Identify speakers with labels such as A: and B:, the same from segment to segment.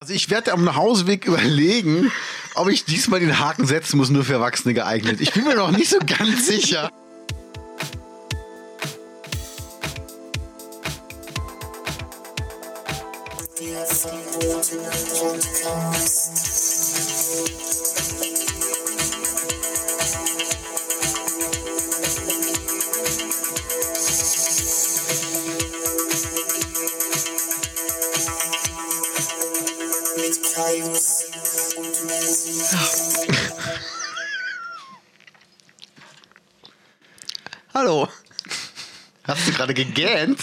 A: Also ich werde am Nachhauseweg überlegen, ob ich diesmal den Haken setzen muss, nur für Erwachsene geeignet. Ich bin mir noch nicht so ganz sicher.
B: Hallo.
A: Hast du gerade gegähnt?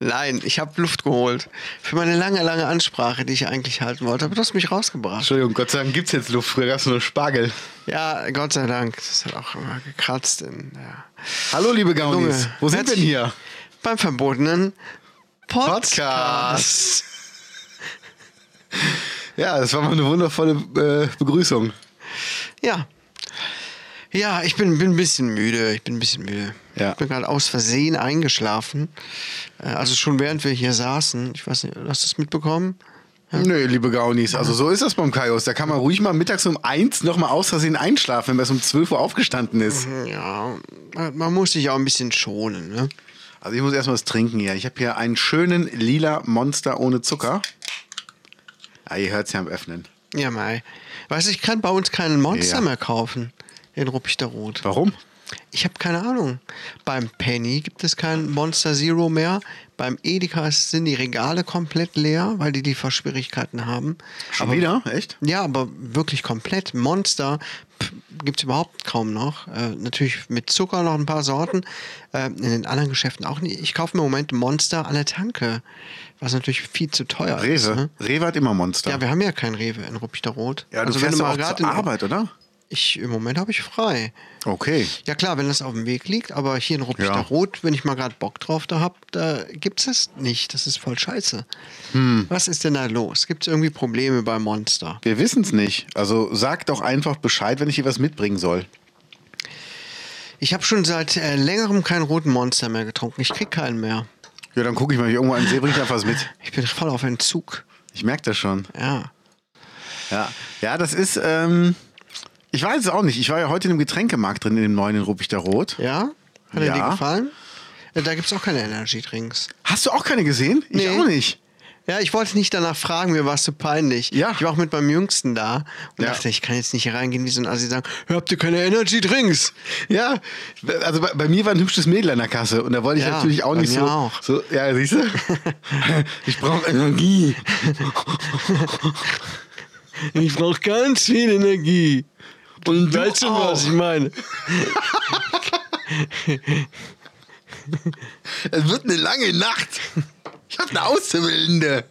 B: Nein, ich habe Luft geholt. Für meine lange, lange Ansprache, die ich eigentlich halten wollte. Aber du hast mich rausgebracht.
A: Entschuldigung, Gott sei Dank gibt's jetzt Luft. Früher gab's nur Spargel.
B: Ja, Gott sei Dank. Das hat auch immer gekratzt in der
A: Hallo, liebe Gaunis.
B: Lunge.
A: Wo sind wir
B: Herzlich-
A: denn hier?
B: beim verbotenen Podcast.
A: Podcast. Ja, das war mal eine wundervolle äh, Begrüßung.
B: Ja. Ja, ich bin, bin ein bisschen müde. Ich bin ein bisschen müde.
A: Ja.
B: Ich bin gerade aus Versehen eingeschlafen. Äh, Also schon während wir hier saßen. Ich weiß nicht, hast du es mitbekommen?
A: Nö, liebe Gaunis, also so ist das beim Kaios. Da kann man ruhig mal mittags um eins nochmal aus Versehen einschlafen, wenn man erst um 12 Uhr aufgestanden ist.
B: Ja, man muss sich auch ein bisschen schonen. Ne?
A: Also ich muss erstmal was trinken hier. Ich habe hier einen schönen lila Monster ohne Zucker. Ah, ihr hört es ja am Öffnen.
B: Ja, mei. Weißt du, ich kann bei uns keinen Monster
A: Ja.
B: mehr kaufen in Ruppichterrot.
A: Warum?
B: Ich habe keine Ahnung. Beim Penny gibt es kein Monster Zero mehr. Beim Edeka sind die Regale komplett leer, weil die Lieferschwierigkeiten haben.
A: Schon wieder? Echt?
B: Ja, aber wirklich komplett. Monster gibt es überhaupt kaum noch. Äh, natürlich mit Zucker noch ein paar Sorten. Äh, in den anderen Geschäften auch nicht. Ich kaufe im Moment Monster an der Tanke, was natürlich viel zu teuer ist.
A: Rewe.
B: Ne?
A: Rewe hat immer Monster.
B: Ja, wir haben ja kein Rewe in Also Ruppichteroth.
A: Ja, du fährst auch
B: grad
A: zur Arbeit, oder?
B: Ich, Im Moment habe ich frei.
A: Okay.
B: Ja klar, wenn das auf dem Weg liegt, aber hier in Ruppichteroth, wenn ich mal gerade Bock drauf da hab, da gibt's es nicht. Das ist voll scheiße.
A: Hm.
B: Was ist denn da los? Gibt es irgendwie Probleme bei Monster?
A: Wir wissen es nicht. Also sag doch einfach Bescheid, wenn ich hier was mitbringen soll.
B: Ich habe schon seit äh, längerem keinen roten Monster mehr getrunken. Ich krieg keinen mehr.
A: Ja, dann gucke ich mal, hier irgendwo an den See bringt einfach was mit.
B: Ich bin voll auf Entzug.
A: Ich merke das schon.
B: Ja.
A: Ja, ja das ist, ähm, ich weiß es auch nicht. Ich war ja heute in dem Getränkemarkt drin, in dem neuen in Ruppichter Rot.
B: Ja? Hat dir
A: Ja.
B: dir gefallen? Äh, Da gibt's auch keine Energy-Drinks.
A: Hast du auch keine gesehen? Ich
B: Nee.
A: auch nicht.
B: Ja, ich wollte nicht danach fragen, mir war es so peinlich.
A: Ja.
B: Ich war auch mit meinem Jüngsten da und
A: Ja.
B: dachte, ich kann jetzt nicht hier reingehen wie so ein Assi sagen, "Hör, habt ihr keine Energy Drinks?
A: Ja, also bei, bei mir war ein hübsches Mädel an der Kasse und da wollte ich
B: Ja,
A: natürlich auch
B: bei
A: nicht
B: mir
A: so,
B: auch.
A: so. Ja, siehst du? ich brauche Energie.
B: Ich brauche ganz viel Energie.
A: Und du
B: weißt du,
A: auch.
B: was ich meine?
A: Es wird eine lange Nacht. Ich habe eine Auszubildende.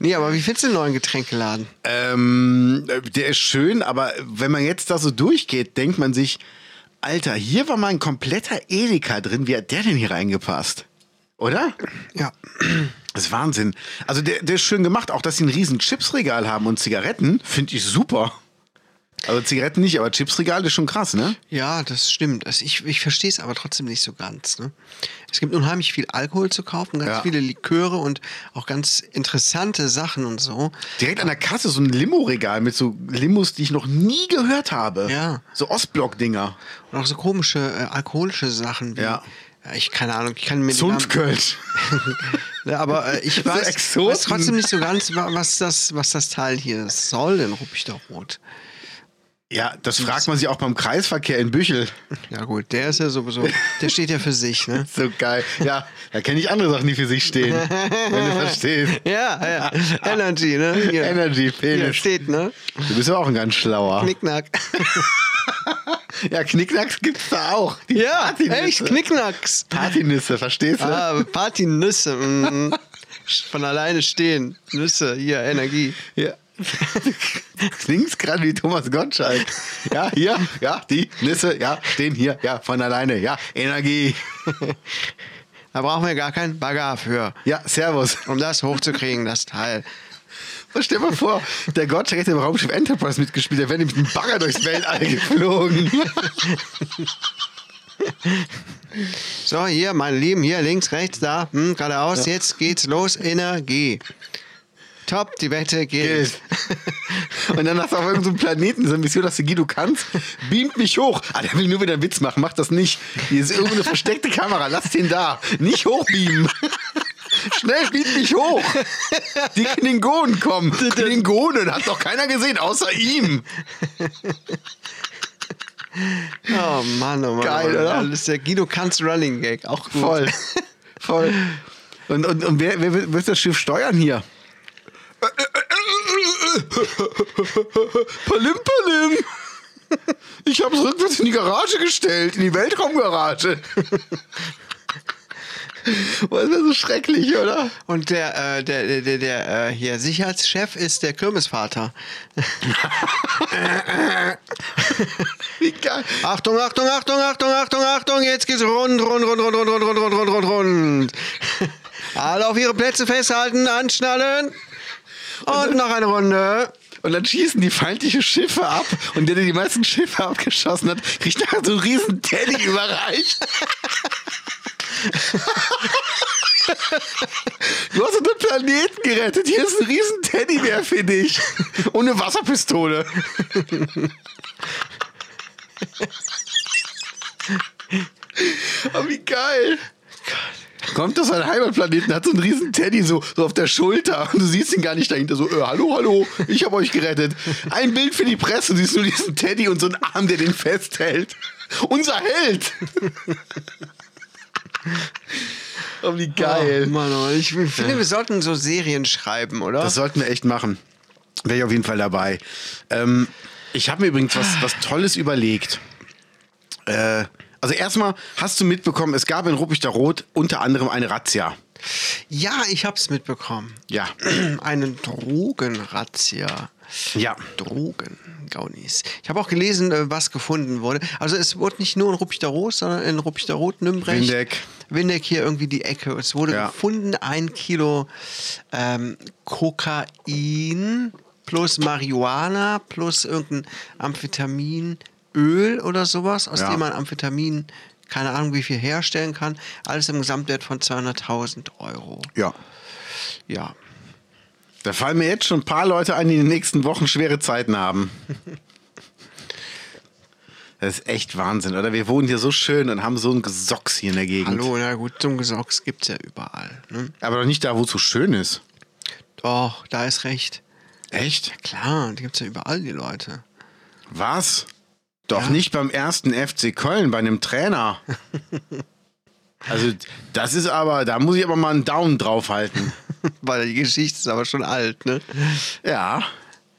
B: Nee, aber wie findest du den neuen Getränkeladen?
A: Ähm, der ist schön, aber wenn man jetzt da so durchgeht, denkt man sich, Alter, hier war mal ein kompletter Edeka drin. Wie hat der denn hier reingepasst? Oder?
B: Ja.
A: Das ist Wahnsinn. Also der, der ist schön gemacht. Auch, dass sie ein riesen Chipsregal haben und Zigaretten, finde ich super. Also Zigaretten nicht, aber Chipsregal ist schon krass, ne?
B: Ja, das stimmt. Also ich ich verstehe es aber trotzdem nicht so ganz. Ne? Es gibt unheimlich viel Alkohol zu kaufen, ganz
A: Ja.
B: viele Liköre und auch ganz interessante Sachen und so.
A: Direkt an der Kasse so ein Limo-Regal mit so Limos, die ich noch nie gehört habe.
B: Ja.
A: So Ostblock-Dinger.
B: Und auch so komische äh, alkoholische Sachen wie,
A: Ja.
B: äh, ich keine Ahnung, ich kann mir die Namen-
A: Zunftkölsch.
B: Ja, aber äh, ich
A: So
B: weiß,
A: Exoten.
B: weiß trotzdem nicht so ganz, wa- was das, was das Teil hier soll in Ruppichterrot.
A: Ja, das fragt man sich auch beim Kreisverkehr in Büchel.
B: Ja gut, der ist ja sowieso, der steht ja für sich, ne?
A: So geil. Ja, da kenne ich andere Sachen, die für sich stehen. wenn du verstehst.
B: Ja, ja. Energy, ne? Hier.
A: Energy,
B: Hier
A: Penis.
B: steht, ne?
A: Du bist ja auch ein ganz schlauer.
B: Knicknack.
A: Ja, Knicknacks gibt's da auch. Die
B: Ja,
A: Partynüsse.
B: echt Knicknacks.
A: Partynüsse, verstehst du?
B: Ah, Partynüsse. mm. Von alleine stehen. Nüsse, hier, Energie.
A: Ja. Klingt's gerade wie Thomas Gottschalk. Ja, hier, ja, die Nüsse, ja, stehen hier, ja, von alleine, ja, Energie.
B: Da brauchen wir gar keinen Bagger für.
A: Ja, Servus.
B: Um das hochzukriegen, das Teil.
A: Stell dir mal vor, der Gottschalk hätte im Raumschiff Enterprise mitgespielt, der wäre nämlich ein Bagger durchs Weltall geflogen.
B: So, hier, meine Lieben, hier links, rechts, da, hm, geradeaus, jetzt geht's los, Energie. Top, die Wette gilt.
A: Geld. Und dann hast du auf irgendeinem Planeten so ein Mission, dass du Guido kannst. Beamt mich hoch. Ah, der will nur wieder einen Witz machen. Mach das nicht. Hier ist irgendeine versteckte Kamera. Lass den da. Nicht hochbeamen. Schnell, beamt mich hoch. Die Klingonen kommen. Klingonen. Hat doch keiner gesehen, außer ihm.
B: Oh Mann, oh Mann.
A: Geil, oder?
B: Das ist der Guido Kanz Running Gag. Auch gut.
A: Voll. Voll. Und, und, und wer, wer wird wird das Schiff steuern hier? Palim, palim. Ich hab's rückwärts in die Garage gestellt, in die Weltraumgarage. Boah, ist das so schrecklich, oder?
B: Und der, äh, der, der, der, der äh, hier Sicherheitschef ist der Kirmesvater.
A: Wie geil.
B: Achtung, Achtung, Achtung, Achtung, Achtung, Achtung, jetzt geht's rund, rund, rund, rund, rund, rund, rund, rund, rund, rund, rund. Alle auf ihre Plätze festhalten, anschnallen. Und noch eine Runde.
A: Und dann schießen die feindliche Schiffe ab und der, der die meisten Schiffe abgeschossen hat, kriegt nachher so einen riesen Teddy überreicht. Du hast den Planeten gerettet. Hier ist ein riesen Teddybär für dich. Und eine Wasserpistole. Aber Oh, wie geil. Kommt aus seinem Heimatplaneten, hat so einen riesen Teddy so, so auf der Schulter. Und du siehst ihn gar nicht dahinter. So, äh, hallo, hallo, ich habe euch gerettet. Ein Bild für die Presse. Du siehst nur diesen Teddy und so einen Arm, der den festhält. Unser Held. Oh, wie geil.
B: Oh, Mann, oh, ich finde, wir sollten so Serien schreiben, oder?
A: Das sollten wir echt machen. Wäre ich auf jeden Fall dabei. Ähm, ich habe mir übrigens was, was Tolles überlegt. Äh, also erstmal hast du mitbekommen, es gab in Ruppichter Rot unter anderem eine Razzia.
B: ja, ich hab's mitbekommen.
A: Ja.
B: Eine Drogenrazzia.
A: Ja.
B: Drogen, Gaunis. Ich habe auch gelesen, äh, was gefunden wurde. Also es wurde nicht nur in Ruppichteroth, sondern in Ruppichteroth, Nürnberg.
A: Windeck.
B: Windeck hier irgendwie die Ecke. Es wurde
A: Ja.
B: gefunden ein Kilo ähm, Kokain plus Marihuana plus irgendein Amphetaminöl oder sowas, aus
A: Ja.
B: dem man Amphetamin, keine Ahnung wie viel, herstellen kann. Alles im Gesamtwert von 200.000 Euro.
A: Ja.
B: Ja.
A: Da fallen mir jetzt schon ein paar Leute ein, die in den nächsten Wochen schwere Zeiten haben. Das ist echt Wahnsinn, oder? Wir wohnen hier so schön und haben so ein Gesocks hier in der Gegend.
B: Hallo, na gut, dumm Gesocks gibt's ja überall. Ne?
A: Aber doch nicht da, wo es so schön ist.
B: Doch, da ist recht.
A: Echt?
B: Klar, die gibt es ja überall, die Leute.
A: Was? Doch
B: Ja.
A: nicht beim ersten FC Köln, bei einem Trainer. Also, das ist aber, da muss ich aber mal einen Daumen draufhalten.
B: Weil die Geschichte ist aber schon alt, ne?
A: Ja,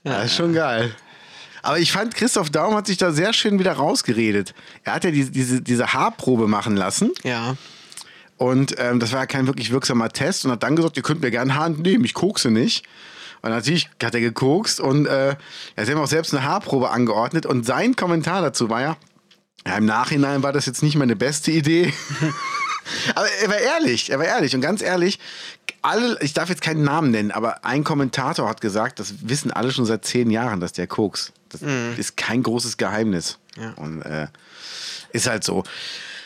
A: das ist schon geil. Aber ich fand, Christoph Daum hat sich da sehr schön wieder rausgeredet. Er hat ja diese, diese, diese Haarprobe machen lassen
B: Ja.
A: und ähm, das war ja kein wirklich wirksamer Test und hat dann gesagt, ihr könnt mir gerne Haaren nehmen, ich kokse nicht. Und natürlich hat er gekokst und äh, er hat ihm auch selbst eine Haarprobe angeordnet und sein Kommentar dazu war ja, ja, im Nachhinein war das jetzt nicht meine beste Idee. aber er war ehrlich, er war ehrlich und ganz ehrlich, alle, ich darf jetzt keinen Namen nennen, aber ein Kommentator hat gesagt, das wissen alle schon seit zehn Jahren, dass der Koks. Das ist kein großes Geheimnis. Und äh, ist halt so.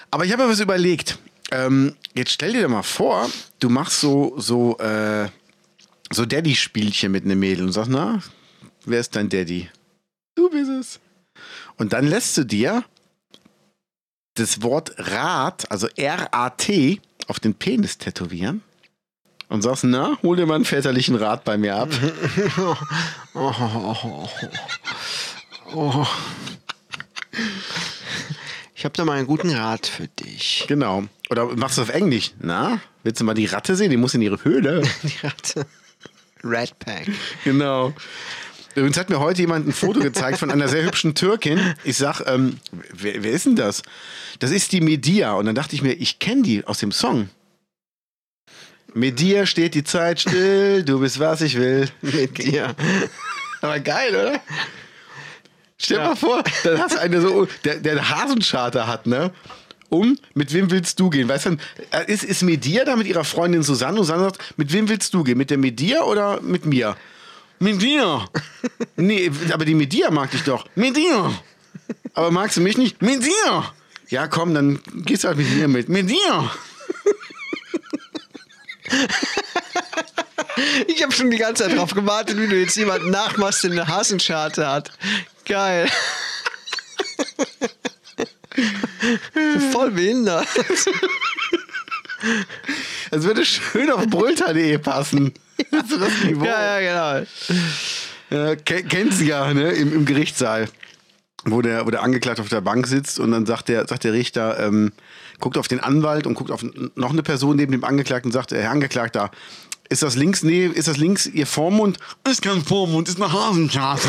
A: Aber ich habe mir was überlegt. Ähm, jetzt stell dir doch mal vor, du machst so, so, äh, so Daddy-Spielchen mit einem Mädel und sagst, na, wer ist dein Daddy? Du bist es. Und dann lässt du dir das Wort Rat, also R-A-T, auf den Penis tätowieren und sagst, na, hol dir mal einen väterlichen Rat bei mir ab.
B: Oh, oh, oh, oh. oh. Ich habe da mal einen guten Rat für dich.
A: Genau. Oder machst du auf Englisch? Na, willst du mal die Ratte sehen? Die muss in ihre Höhle.
B: Die Ratte. Red Pack.
A: genau. Übrigens hat mir heute jemand ein Foto gezeigt von einer sehr hübschen Türkin. Ich sag, ähm, wer, wer ist denn das? Das ist die Media. Und dann dachte ich mir, ich kenne die aus dem Song. Mit dir steht die Zeit still, du bist was ich will.
B: Mit dir.
A: Aber geil, oder? Stell dir
B: Ja.
A: mal vor, dann hast du eine so, der, der einen Hasencharter hat, ne? Um, mit wem willst du gehen? Weißt du, dann ist, ist Media da mit ihrer Freundin Susanne und Susanne sagt, mit wem willst du gehen? Mit der Media oder mit mir? Mit dir. Nee, aber die Media mag dich doch. Mit dir. Aber magst du mich nicht? Mit dir. Ja, komm, dann gehst du halt mit mir mit. Mit dir.
B: Ich habe schon die ganze Zeit drauf gewartet, wie du jetzt jemanden nachmachst, der eine Hasenscharte hat. Geil. Voll behindert.
A: Es würde schön auf brüllter.de passen. Also das Niveau.
B: Ja, ja, genau.
A: Äh, ke- kennst du ja, ne? Im, im Gerichtssaal. Wo der, wo der Angeklagte auf der Bank sitzt und dann sagt der, sagt der Richter, ähm, guckt auf den Anwalt und guckt auf n- noch eine Person neben dem Angeklagten und sagt, äh, Herr Angeklagter, ist das links, nee, ist das links Ihr Vormund? Ist kein Vormund, ist eine Hasenkarte.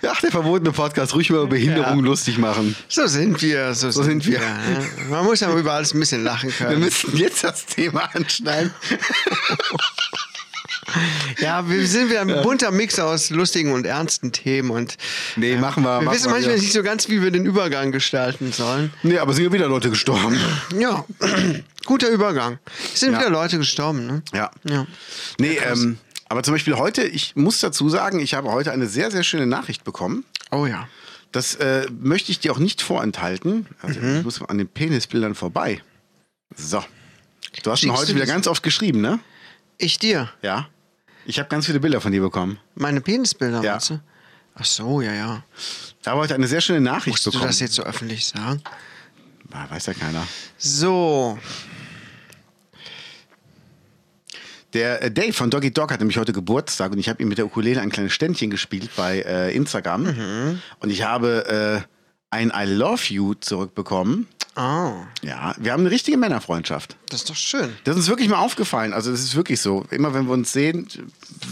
A: ja, der verbotene Podcast, ruhig über Behinderungen lustig machen.
B: So sind wir. So,
A: sind wir.
B: ne? Man muss aber über alles ein bisschen lachen
A: Wir
B: können.
A: müssen jetzt das Thema anschneiden.
B: Ja, wir sind wieder ein bunter Mix aus lustigen und ernsten Themen und
A: Nee, machen wir.
B: wir
A: machen
B: wissen
A: wir
B: manchmal
A: wieder.
B: nicht so ganz, wie wir den Übergang gestalten sollen.
A: Nee, aber sind ja wieder Leute gestorben.
B: Ja, guter Übergang. Es sind
A: Ja.
B: wieder Leute gestorben, ne?
A: Ja.
B: Ja.
A: Nee, ähm, aber zum Beispiel heute, ich muss dazu sagen, ich habe heute eine sehr, sehr schöne Nachricht bekommen.
B: Oh ja.
A: Das äh, möchte ich dir auch nicht vorenthalten. Also
B: Mhm.
A: ich muss mal an den Penisbildern vorbei. So. Du hast mir
B: Schickst
A: heute
B: du
A: wieder
B: das-
A: ganz oft geschrieben, ne?
B: Ich dir.
A: Ja. Ich habe ganz viele Bilder von dir bekommen.
B: Meine Penisbilder,
A: Ja.
B: meinst du? Ach so, ja, ja.
A: Ich habe heute eine sehr schöne Nachricht
B: Musst du
A: bekommen.
B: das jetzt so öffentlich sagen?
A: Ah, Weiß ja keiner.
B: So.
A: Der äh, Dave von Doggy Dog hat nämlich heute Geburtstag und ich habe ihm mit der Ukulele ein kleines Ständchen gespielt bei äh, Instagram.
B: Mhm.
A: Und ich habe äh, ein I Love You zurückbekommen.
B: Ah,
A: Ja, wir haben eine richtige Männerfreundschaft.
B: das ist doch schön.
A: Das ist uns wirklich mal aufgefallen. Also, das ist wirklich so. Immer wenn wir uns sehen,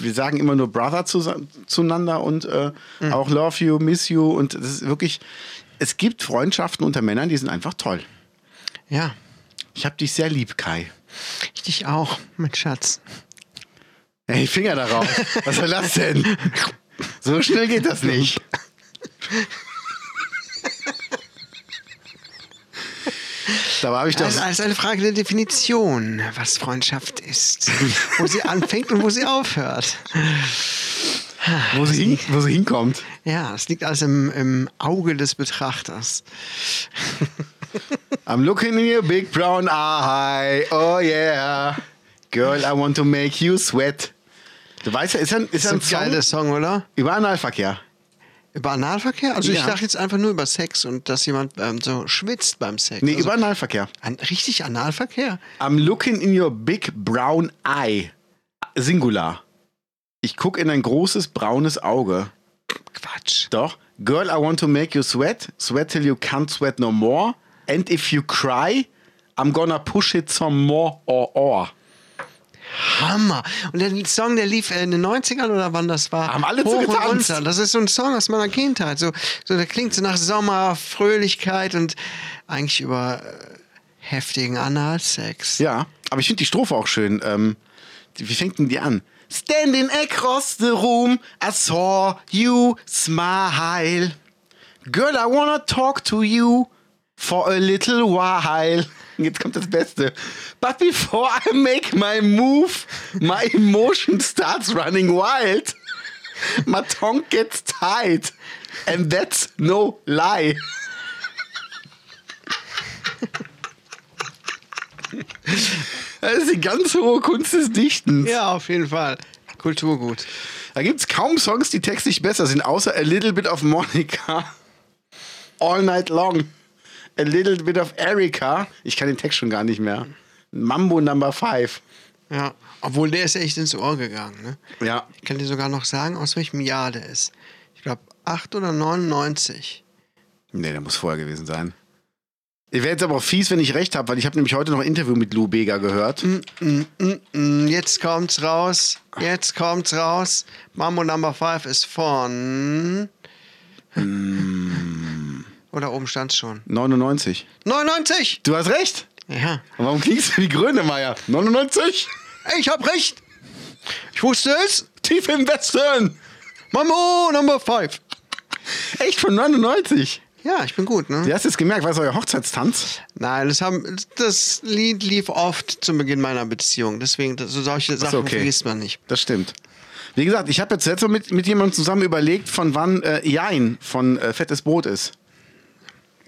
A: wir sagen immer nur Brother zus- zueinander und äh, auch Love You, Miss You. Und das ist wirklich, es gibt Freundschaften unter Männern, die sind einfach toll.
B: Ja.
A: Ich habe dich sehr lieb, Kai.
B: Ich dich auch, mein Schatz.
A: Hey, Finger darauf. Was soll das denn? So schnell geht das nicht. Dabei habe ich doch.
B: Das ist alles Also, eine Frage der Definition, was Freundschaft ist. wo sie anfängt und wo sie aufhört.
A: Wo sie, hin, wo sie hinkommt.
B: Ja, es liegt alles im, im Auge des Betrachters.
A: I'm looking in your big brown eye. Oh yeah. Girl, I want to make you sweat. Du weißt ja, ist ja ein, ist ja
B: Das
A: ein
B: ist ein
A: Song
B: geiler Song, oder?
A: über Analverkehr.
B: Über Analverkehr? Also ich
A: Ja.
B: dachte jetzt einfach nur über Sex und dass jemand ähm, so schwitzt beim Sex.
A: Nee,
B: also,
A: über Analverkehr.
B: an, richtig Analverkehr?
A: I'm looking in your big brown eye. Singular. Ich gucke in ein großes braunes Auge.
B: Quatsch.
A: Doch. Girl, I want to make you sweat. Sweat till you can't sweat no more. And if you cry, I'm gonna push it some more or or.
B: Hammer. Und der Song, der lief äh, in den 90ern oder wann das war?
A: Haben alle
B: Hoch und
A: zugetanzt.
B: runter. Das ist so ein Song aus meiner Kindheit. So, so der klingt so nach Sommer, Fröhlichkeit und eigentlich über äh, heftigen Analsex.
A: Ja, aber ich finde die Strophe auch schön. Ähm, die, wie fängt denn die an? Standing across the room, I saw you smile. Girl, I wanna talk to you for a little while. Jetzt kommt das Beste. But before I make my move, my emotion starts running wild. My tongue gets tied. And that's no lie. Das ist die ganz hohe Kunst des Dichtens.
B: Ja, auf jeden Fall. Kulturgut.
A: Da gibt es kaum Songs, die textlich besser sind, außer A Little Bit of Monica, All Night Long, A Little Bit of Erika. Ich kann den Text schon gar nicht mehr. Mambo Number 5.
B: Ja. Obwohl der ist echt ins Ohr gegangen. Ne?
A: Ja.
B: Ich kann dir sogar noch sagen, aus welchem Jahr der ist. Ich glaube 8 oder 99.
A: Nee, der muss vorher gewesen sein. Ich wäre jetzt aber auch fies, wenn ich recht habe, weil ich habe nämlich heute noch ein Interview mit Lou Bega gehört.
B: Mm, Jetzt kommt's raus. Jetzt kommt's raus. Mambo Number 5 ist von. Mm. Oder oben stand's schon.
A: 99.
B: 99!
A: Du hast recht.
B: Ja.
A: Und warum klingst du wie Grönemeyer? 99?
B: Ich hab recht! Ich wusste es!
A: Tief im Westen.
B: Mambo Number 5!
A: Echt von 99.
B: Ja, ich bin gut, ne?
A: Du hast jetzt gemerkt, was euer Hochzeitstanz?
B: Nein, das, haben, das Lied lief oft zum Beginn meiner Beziehung. Deswegen, das- so solche
A: Ach
B: Sachen
A: so, okay.
B: vergisst man nicht.
A: Das stimmt. Wie gesagt, ich habe jetzt letzte mit, mit jemandem zusammen überlegt, von wann äh, Jein von äh, Fettes Brot ist.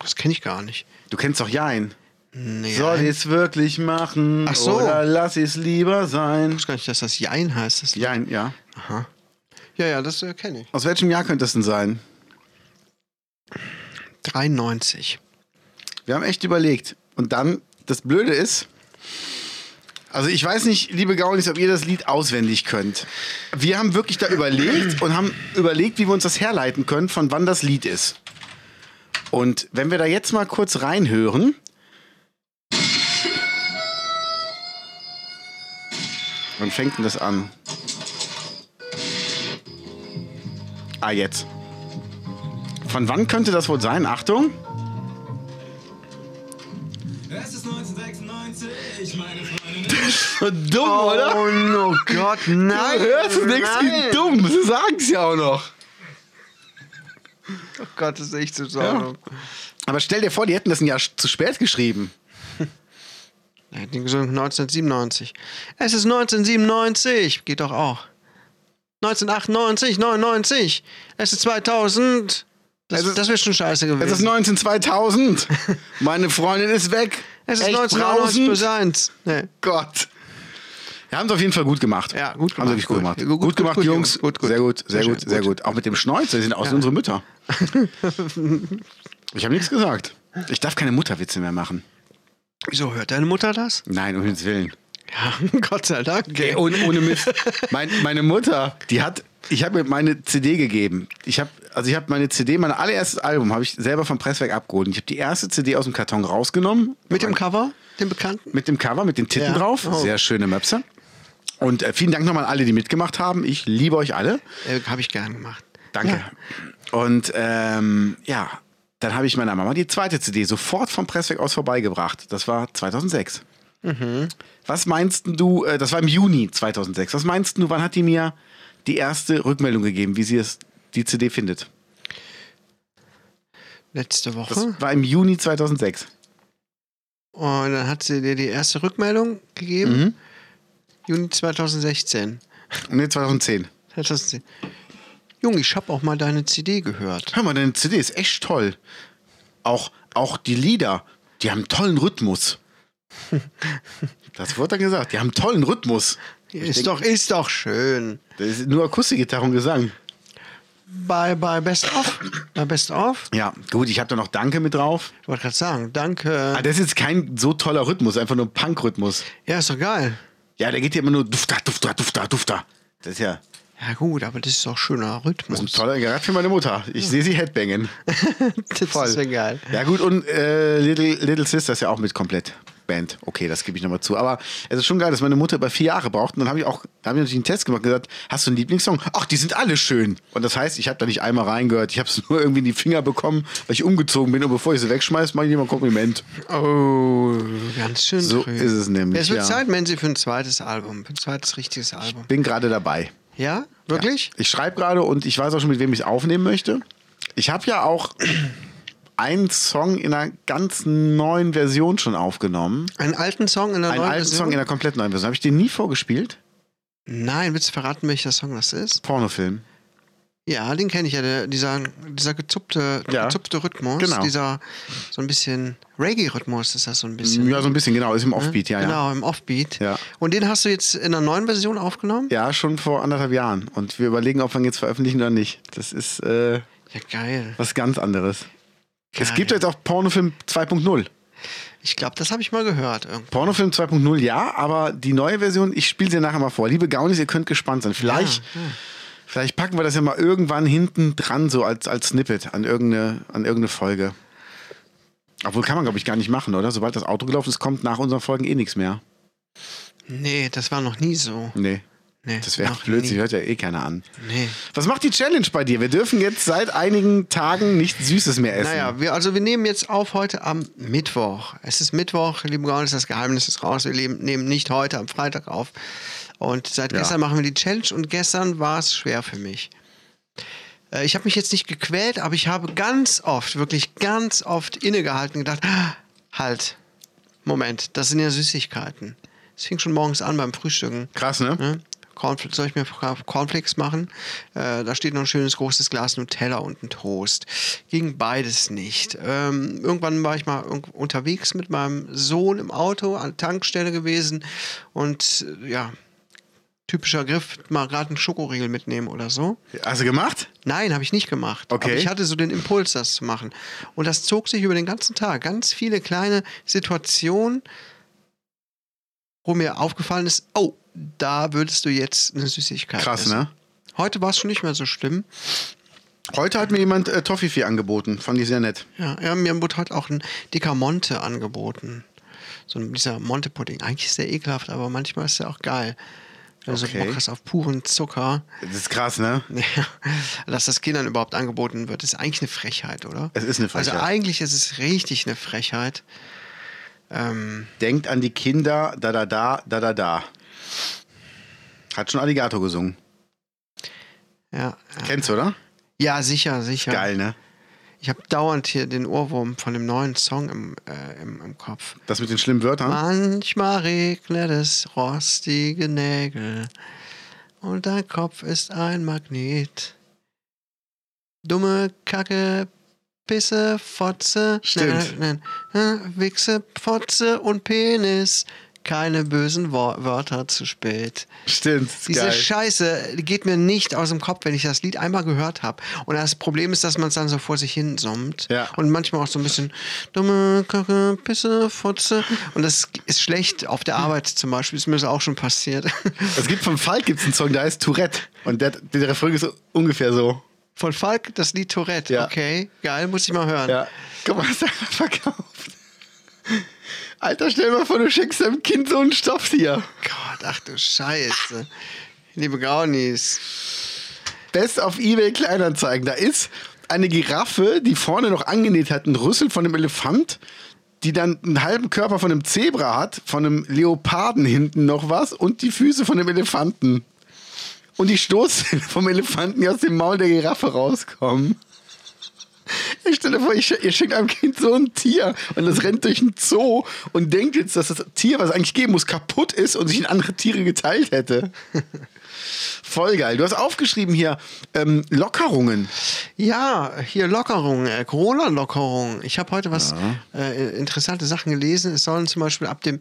B: Das kenne ich gar nicht.
A: Du kennst doch Jein.
B: Nee,
A: Soll
B: ich
A: ich es wirklich machen
B: Ach so.
A: oder lass es lieber sein?
B: wusste gar nicht, dass das Jein heißt. Das
A: Ja, ja.
B: Aha. Ja, ja, das äh, kenne ich.
A: Aus welchem Jahr könnte das denn sein?
B: 93.
A: Wir haben echt überlegt. Und dann, das Blöde ist, also ich weiß nicht, liebe Gaunis, ob ihr das Lied auswendig könnt. Wir haben wirklich da überlegt und haben überlegt, wie wir uns das herleiten können, von wann das Lied ist. Und wenn wir da jetzt mal kurz reinhören, wann fängt denn das an? Ah, jetzt. Von wann könnte das wohl sein? Achtung!
C: Es ist 1996, meine Freundin.
A: So dumm, oder?
B: Oh, no Gott, nein.
A: Du hörst es nichts, wie
B: nein.
A: dumm. Sie sagen es ja auch noch.
B: Oh Gott, das ist echt zu sagen.
A: Aber stell dir vor, die hätten das ein Jahr sch- zu spät geschrieben.
B: Er hat ihn gesungen 1997. Es ist 1997. Geht doch auch. 1998, 99. Es ist 2000. Das,
A: Es ist-
B: das wäre schon scheiße gewesen.
A: Es ist 19 2000. Meine Freundin ist weg.
B: es ist
A: Echt
B: 1999
A: brausend.
B: plus 1. Nee.
A: Gott. Wir haben es auf jeden Fall gut gemacht.
B: Ja, gut
A: Haben
B: gemacht,
A: sie wirklich gut,
B: gut.
A: gemacht.
B: Gut,
A: Gut,
B: gut,
A: gemacht,
B: gut,
A: Jungs.
B: gut, gut.
A: Sehr gut, sehr,
B: Sehr
A: gut,
B: schön,
A: sehr
B: gut.
A: gut. Auch mit dem Schnäuzer, sie sind aus wie unsere Mütter. ich habe nichts gesagt. Ich darf keine Mutterwitze mehr machen.
B: Wieso hört deine Mutter das?
A: Nein, um Himmels Willen.
B: Ja, Gott sei Dank.
A: Ey, Äh, ohne, ohne Mist. Mein, meine Mutter, die hat, ich habe mir meine CD gegeben. Ich habe, also ich habe meine CD, mein allererstes Album habe ich selber vom Presswerk abgeholt. Und Ich habe die erste CD aus dem Karton rausgenommen.
B: Mit dem Cover, dem Bekannten.
A: mit dem Cover, mit den Titten
B: Ja.
A: drauf.
B: Oh.
A: Sehr schöne Möpse. Und äh, vielen Dank nochmal an alle, die mitgemacht haben. Ich liebe euch alle.
B: Äh, Habe ich gern gemacht.
A: Danke.
B: Ja.
A: Und ähm, ja, dann habe ich meiner Mama die zweite CD sofort vom Pressweg aus vorbeigebracht. Das war 2006.
B: Mhm.
A: Was meinst denn du, äh, das war im Juni 2006, was meinst denn du, wann hat die mir die erste Rückmeldung gegeben, wie sie es, die CD findet?
B: Letzte Woche.
A: Das war im Juni 2006.
B: Und dann hat sie dir die erste Rückmeldung gegeben.
A: Mhm.
B: Juni 2016.
A: Nee, 2010.
B: 2010. Junge, ich habe auch mal deine CD gehört.
A: Hör mal, deine CD ist echt toll. Auch, auch die Lieder, die haben einen tollen Rhythmus. Das wurde dann gesagt, die haben einen tollen Rhythmus.
B: Ist doch, ist doch schön.
A: Das ist nur Akustikgitarre und Gesang.
B: Bei, bei Best Of. Bei Best Of.
A: Ja, gut, ich habe da noch Danke mit drauf.
B: Ich wollte gerade sagen, danke.
A: Ah, das ist jetzt kein so toller Rhythmus, einfach nur ein Punk-Rhythmus.
B: Ja, ist doch geil.
A: Ja, der geht ja immer nur dufta, dufta, dufta, dufta. Das ist ja
B: Ja, gut, aber das ist doch schöner
A: ein
B: Rhythmus.
A: toller, gerade für meine Mutter. Ich sehe sie headbangen.
B: Das ist ja geil.
A: Ja, gut, und äh, Little, Little Sister ist ja auch mit komplett Band. Okay, das gebe ich nochmal zu. Aber es ist schon geil, dass meine Mutter über vier Jahre braucht. Und dann habe ich auch, da habe ich natürlich einen Test gemacht und gesagt, hast du einen Lieblingssong? Ach, die sind alle schön. Und das heißt, ich habe da nicht einmal reingehört. Ich habe es nur irgendwie in die Finger bekommen, weil ich umgezogen bin. Und bevor ich sie wegschmeiße, mache ich jemand ein Kompliment.
B: Oh, ganz schön.
A: So
B: früh.
A: ist es nämlich,
B: Es wird
A: ja.
B: Zeit, Menzi, für ein zweites Album. Für ein zweites richtiges Album.
A: Bin gerade dabei.
B: Ja? Wirklich?
A: Ich schreibe gerade und ich weiß auch schon, mit wem ich es aufnehmen möchte. Ich habe ja auch einen Song in einer ganz neuen Version schon aufgenommen.
B: Einen alten Song in der
A: Einen
B: neuen
A: alten Song
B: Version?
A: in einer komplett neuen Version. Habe ich den nie vorgespielt?
B: Nein, willst du verraten, welcher Song das ist?
A: Pornofilm.
B: Ja, den kenne ich ja. Der, dieser dieser gezupfte,
A: Ja.
B: gezupfte Rhythmus.
A: Genau.
B: Dieser so ein bisschen Reggae-Rhythmus ist das so ein bisschen.
A: Ja, so ein bisschen, genau. Ist im Offbeat, ja, ja.
B: Genau, im Offbeat.
A: Ja.
B: Und den hast du jetzt in der neuen Version aufgenommen?
A: Ja, schon vor anderthalb Jahren. Und wir überlegen, ob wir ihn jetzt veröffentlichen oder nicht. Das ist äh,
B: Ja, geil.
A: was ganz anderes. Es
B: Geil.
A: gibt jetzt auch Pornofilm 2.0.
B: Ich glaube, das habe ich mal gehört. irgendwo.
A: Pornofilm 2.0, ja, aber die neue Version, ich spiele sie nachher mal vor. Liebe Gaunis, ihr könnt gespannt sein. Vielleicht, vielleicht packen wir das ja mal irgendwann hinten dran, so als, als Snippet an irgendeine, an irgendeine Folge. Obwohl kann man, glaube ich, gar nicht machen, oder? Sobald das Auto gelaufen ist, kommt nach unseren Folgen eh nichts mehr.
B: Nee, das war noch nie so.
A: Nee.
B: Nee,
A: Das wäre
B: noch
A: blödsinn,
B: nie.
A: hört ja eh keiner an.
B: Nee.
A: Was macht die Challenge bei dir? Wir dürfen jetzt seit einigen Tagen nichts Süßes mehr essen.
B: Naja, wir, also wir nehmen jetzt auf heute am Mittwoch. Es ist Mittwoch, liebe Gaunis, das Geheimnis ist raus. Wir leben, nehmen nicht heute am Freitag auf. Und seit
A: Ja.
B: gestern machen wir die Challenge und gestern war es schwer für mich. Äh, Ich habe mich jetzt nicht gequält, aber ich habe ganz oft, wirklich ganz oft innegehalten und gedacht, "Ah, halt, Moment, das sind ja Süßigkeiten. Es fing schon morgens an beim Frühstücken.
A: Krass, ne?
B: Ne? Cornfl soll ich mir Cornflakes machen? Äh, da steht noch ein schönes großes Glas Nutella und ein Toast. Ging beides nicht. Ähm, irgendwann war ich mal irgend- unterwegs mit meinem Sohn im Auto an der Tankstelle gewesen und äh, ja, typischer Griff, mal gerade einen Schokoriegel mitnehmen oder so.
A: Hast du gemacht?
B: Nein, habe ich nicht gemacht.
A: Okay.
B: Aber ich hatte so den Impuls, das zu machen. Und das zog sich über den ganzen Tag. Ganz viele kleine Situationen, wo mir aufgefallen ist, oh, da würdest du jetzt eine Süßigkeit
A: Krass,
B: essen.
A: ne?
B: Heute war es schon nicht mehr so schlimm.
A: Heute hat mir jemand äh, Toffifee angeboten. Fand ich sehr nett.
B: Ja, ja mir wurde heute auch ein dicker Monte angeboten. So ein, dieser Monte-Pudding. Eigentlich ist der ekelhaft, aber manchmal ist der auch geil. Also
A: Okay.
B: okay. Bock hast auf puren Zucker.
A: Das ist krass, ne?
B: Ja, dass das Kindern überhaupt angeboten wird, ist eigentlich eine Frechheit, oder?
A: Es ist eine Frechheit.
B: Also eigentlich ist es richtig eine Frechheit. Ähm,
A: Denkt an die Kinder, da da da, da da da. Hat schon Alligator gesungen.
B: ja, ja.
A: Kennst du, oder?
B: ja, sicher, sicher.
A: Geil, ne?
B: Ich habe dauernd hier den Ohrwurm von dem neuen Song im, äh, im, im Kopf.
A: Das mit den schlimmen Wörtern.
B: Ah. Manchmal regnet es rostige Nägel und dein Kopf ist ein Magnet. Dumme Kacke, Pisse, Fotze,
A: Stimmt.
B: nein, nein, nein, Wichse, Fotze und Penis. Keine bösen Wo Wörter zu spät.
A: Stimmt, ist
B: Diese
A: geil.
B: Scheiße geht mir nicht aus dem Kopf, wenn ich das Lied einmal gehört habe. Und das Problem ist, dass man es dann so vor sich hin summt.
A: Ja.
B: Und manchmal auch so ein bisschen dumme Kacke, Pisse, Fotze. Und das ist schlecht auf der Arbeit zum Beispiel. Ist mir das auch schon passiert.
A: Hm. es gibt vom Falk gibt's einen Song, der heißt Tourette. Und der, der Refrain ist ungefähr so.
B: Von Falk das Lied Tourette.
A: Ja.
B: Okay, geil, muss ich mal hören.
A: Ja. Guck mal, hast du einfach verkauft. Alter, stell mal vor, du schenkst deinem Kind so einen Stofftier.
B: Gott, ach du Scheiße. Liebe Gaunis.
A: Best auf eBay Kleinanzeigen. Da ist eine Giraffe, die vorne noch angenäht hat, einen Rüssel von einem Elefant, die dann einen halben Körper von einem Zebra hat, von einem Leoparden hinten noch was und die Füße von einem Elefanten. Und die Stoßzähne vom Elefanten, die aus dem Maul der Giraffe rauskommen. Ich stelle vor, ihr sch- ihr schenkt einem Kind so ein Tier und das rennt durch einen Zoo und denkt jetzt, dass das Tier, was es eigentlich geben muss, kaputt ist und sich in andere Tiere geteilt hätte. Voll geil. Du hast aufgeschrieben hier ähm, Lockerungen.
B: Ja, hier Lockerung, äh, Corona-Lockerung. Ich habe heute was äh, interessante Sachen gelesen. Es sollen zum Beispiel ab dem,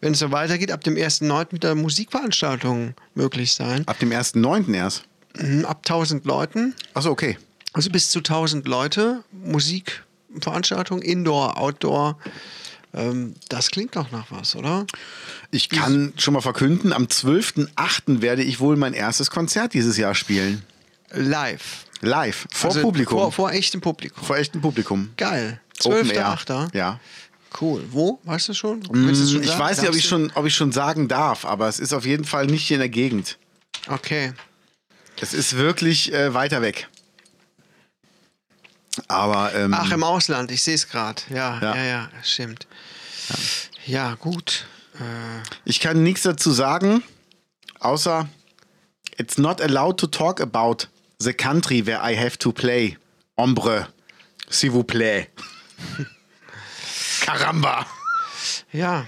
B: wenn es so weitergeht, ab dem 1.9. wieder Musikveranstaltungen möglich sein.
A: Ab dem 1.9. erst.
B: Mhm, Ab 1000 Leuten,
A: Achso, okay.
B: also bis zu 1000 Leute, Musikveranstaltungen, Indoor, Outdoor. Ähm, das klingt doch nach was, oder?
A: Ich kann schon mal verkünden, am 12.8. werde ich wohl mein erstes Konzert dieses Jahr spielen.
B: Live.
A: Live, vor
B: Also
A: Publikum.
B: Vor,
A: Vor,
B: vor echtem Publikum.
A: echtem Publikum.
B: Geil.
A: Open Air.
B: 12.8.
A: Ja. Mm, Hm,
B: Cool. Wo? Weißt du schon? Willst du es schon
A: Ich
B: sagen?
A: weiß nicht, ob
B: Darfst
A: ich,
B: du?
A: schon, ob ich schon sagen darf, aber es ist auf jeden Fall nicht hier in der Gegend.
B: Okay.
A: Es ist wirklich äh, weiter weg. Aber ähm,
B: Ach, im Ausland, ich sehe es gerade. Ja,
A: Ja.
B: ja, ja, stimmt. Ja, gut. Äh,
A: ich kann nichts dazu sagen, außer it's not allowed to talk about the country where I have to play. Hombre, s'il vous plaît. Caramba.
B: ja.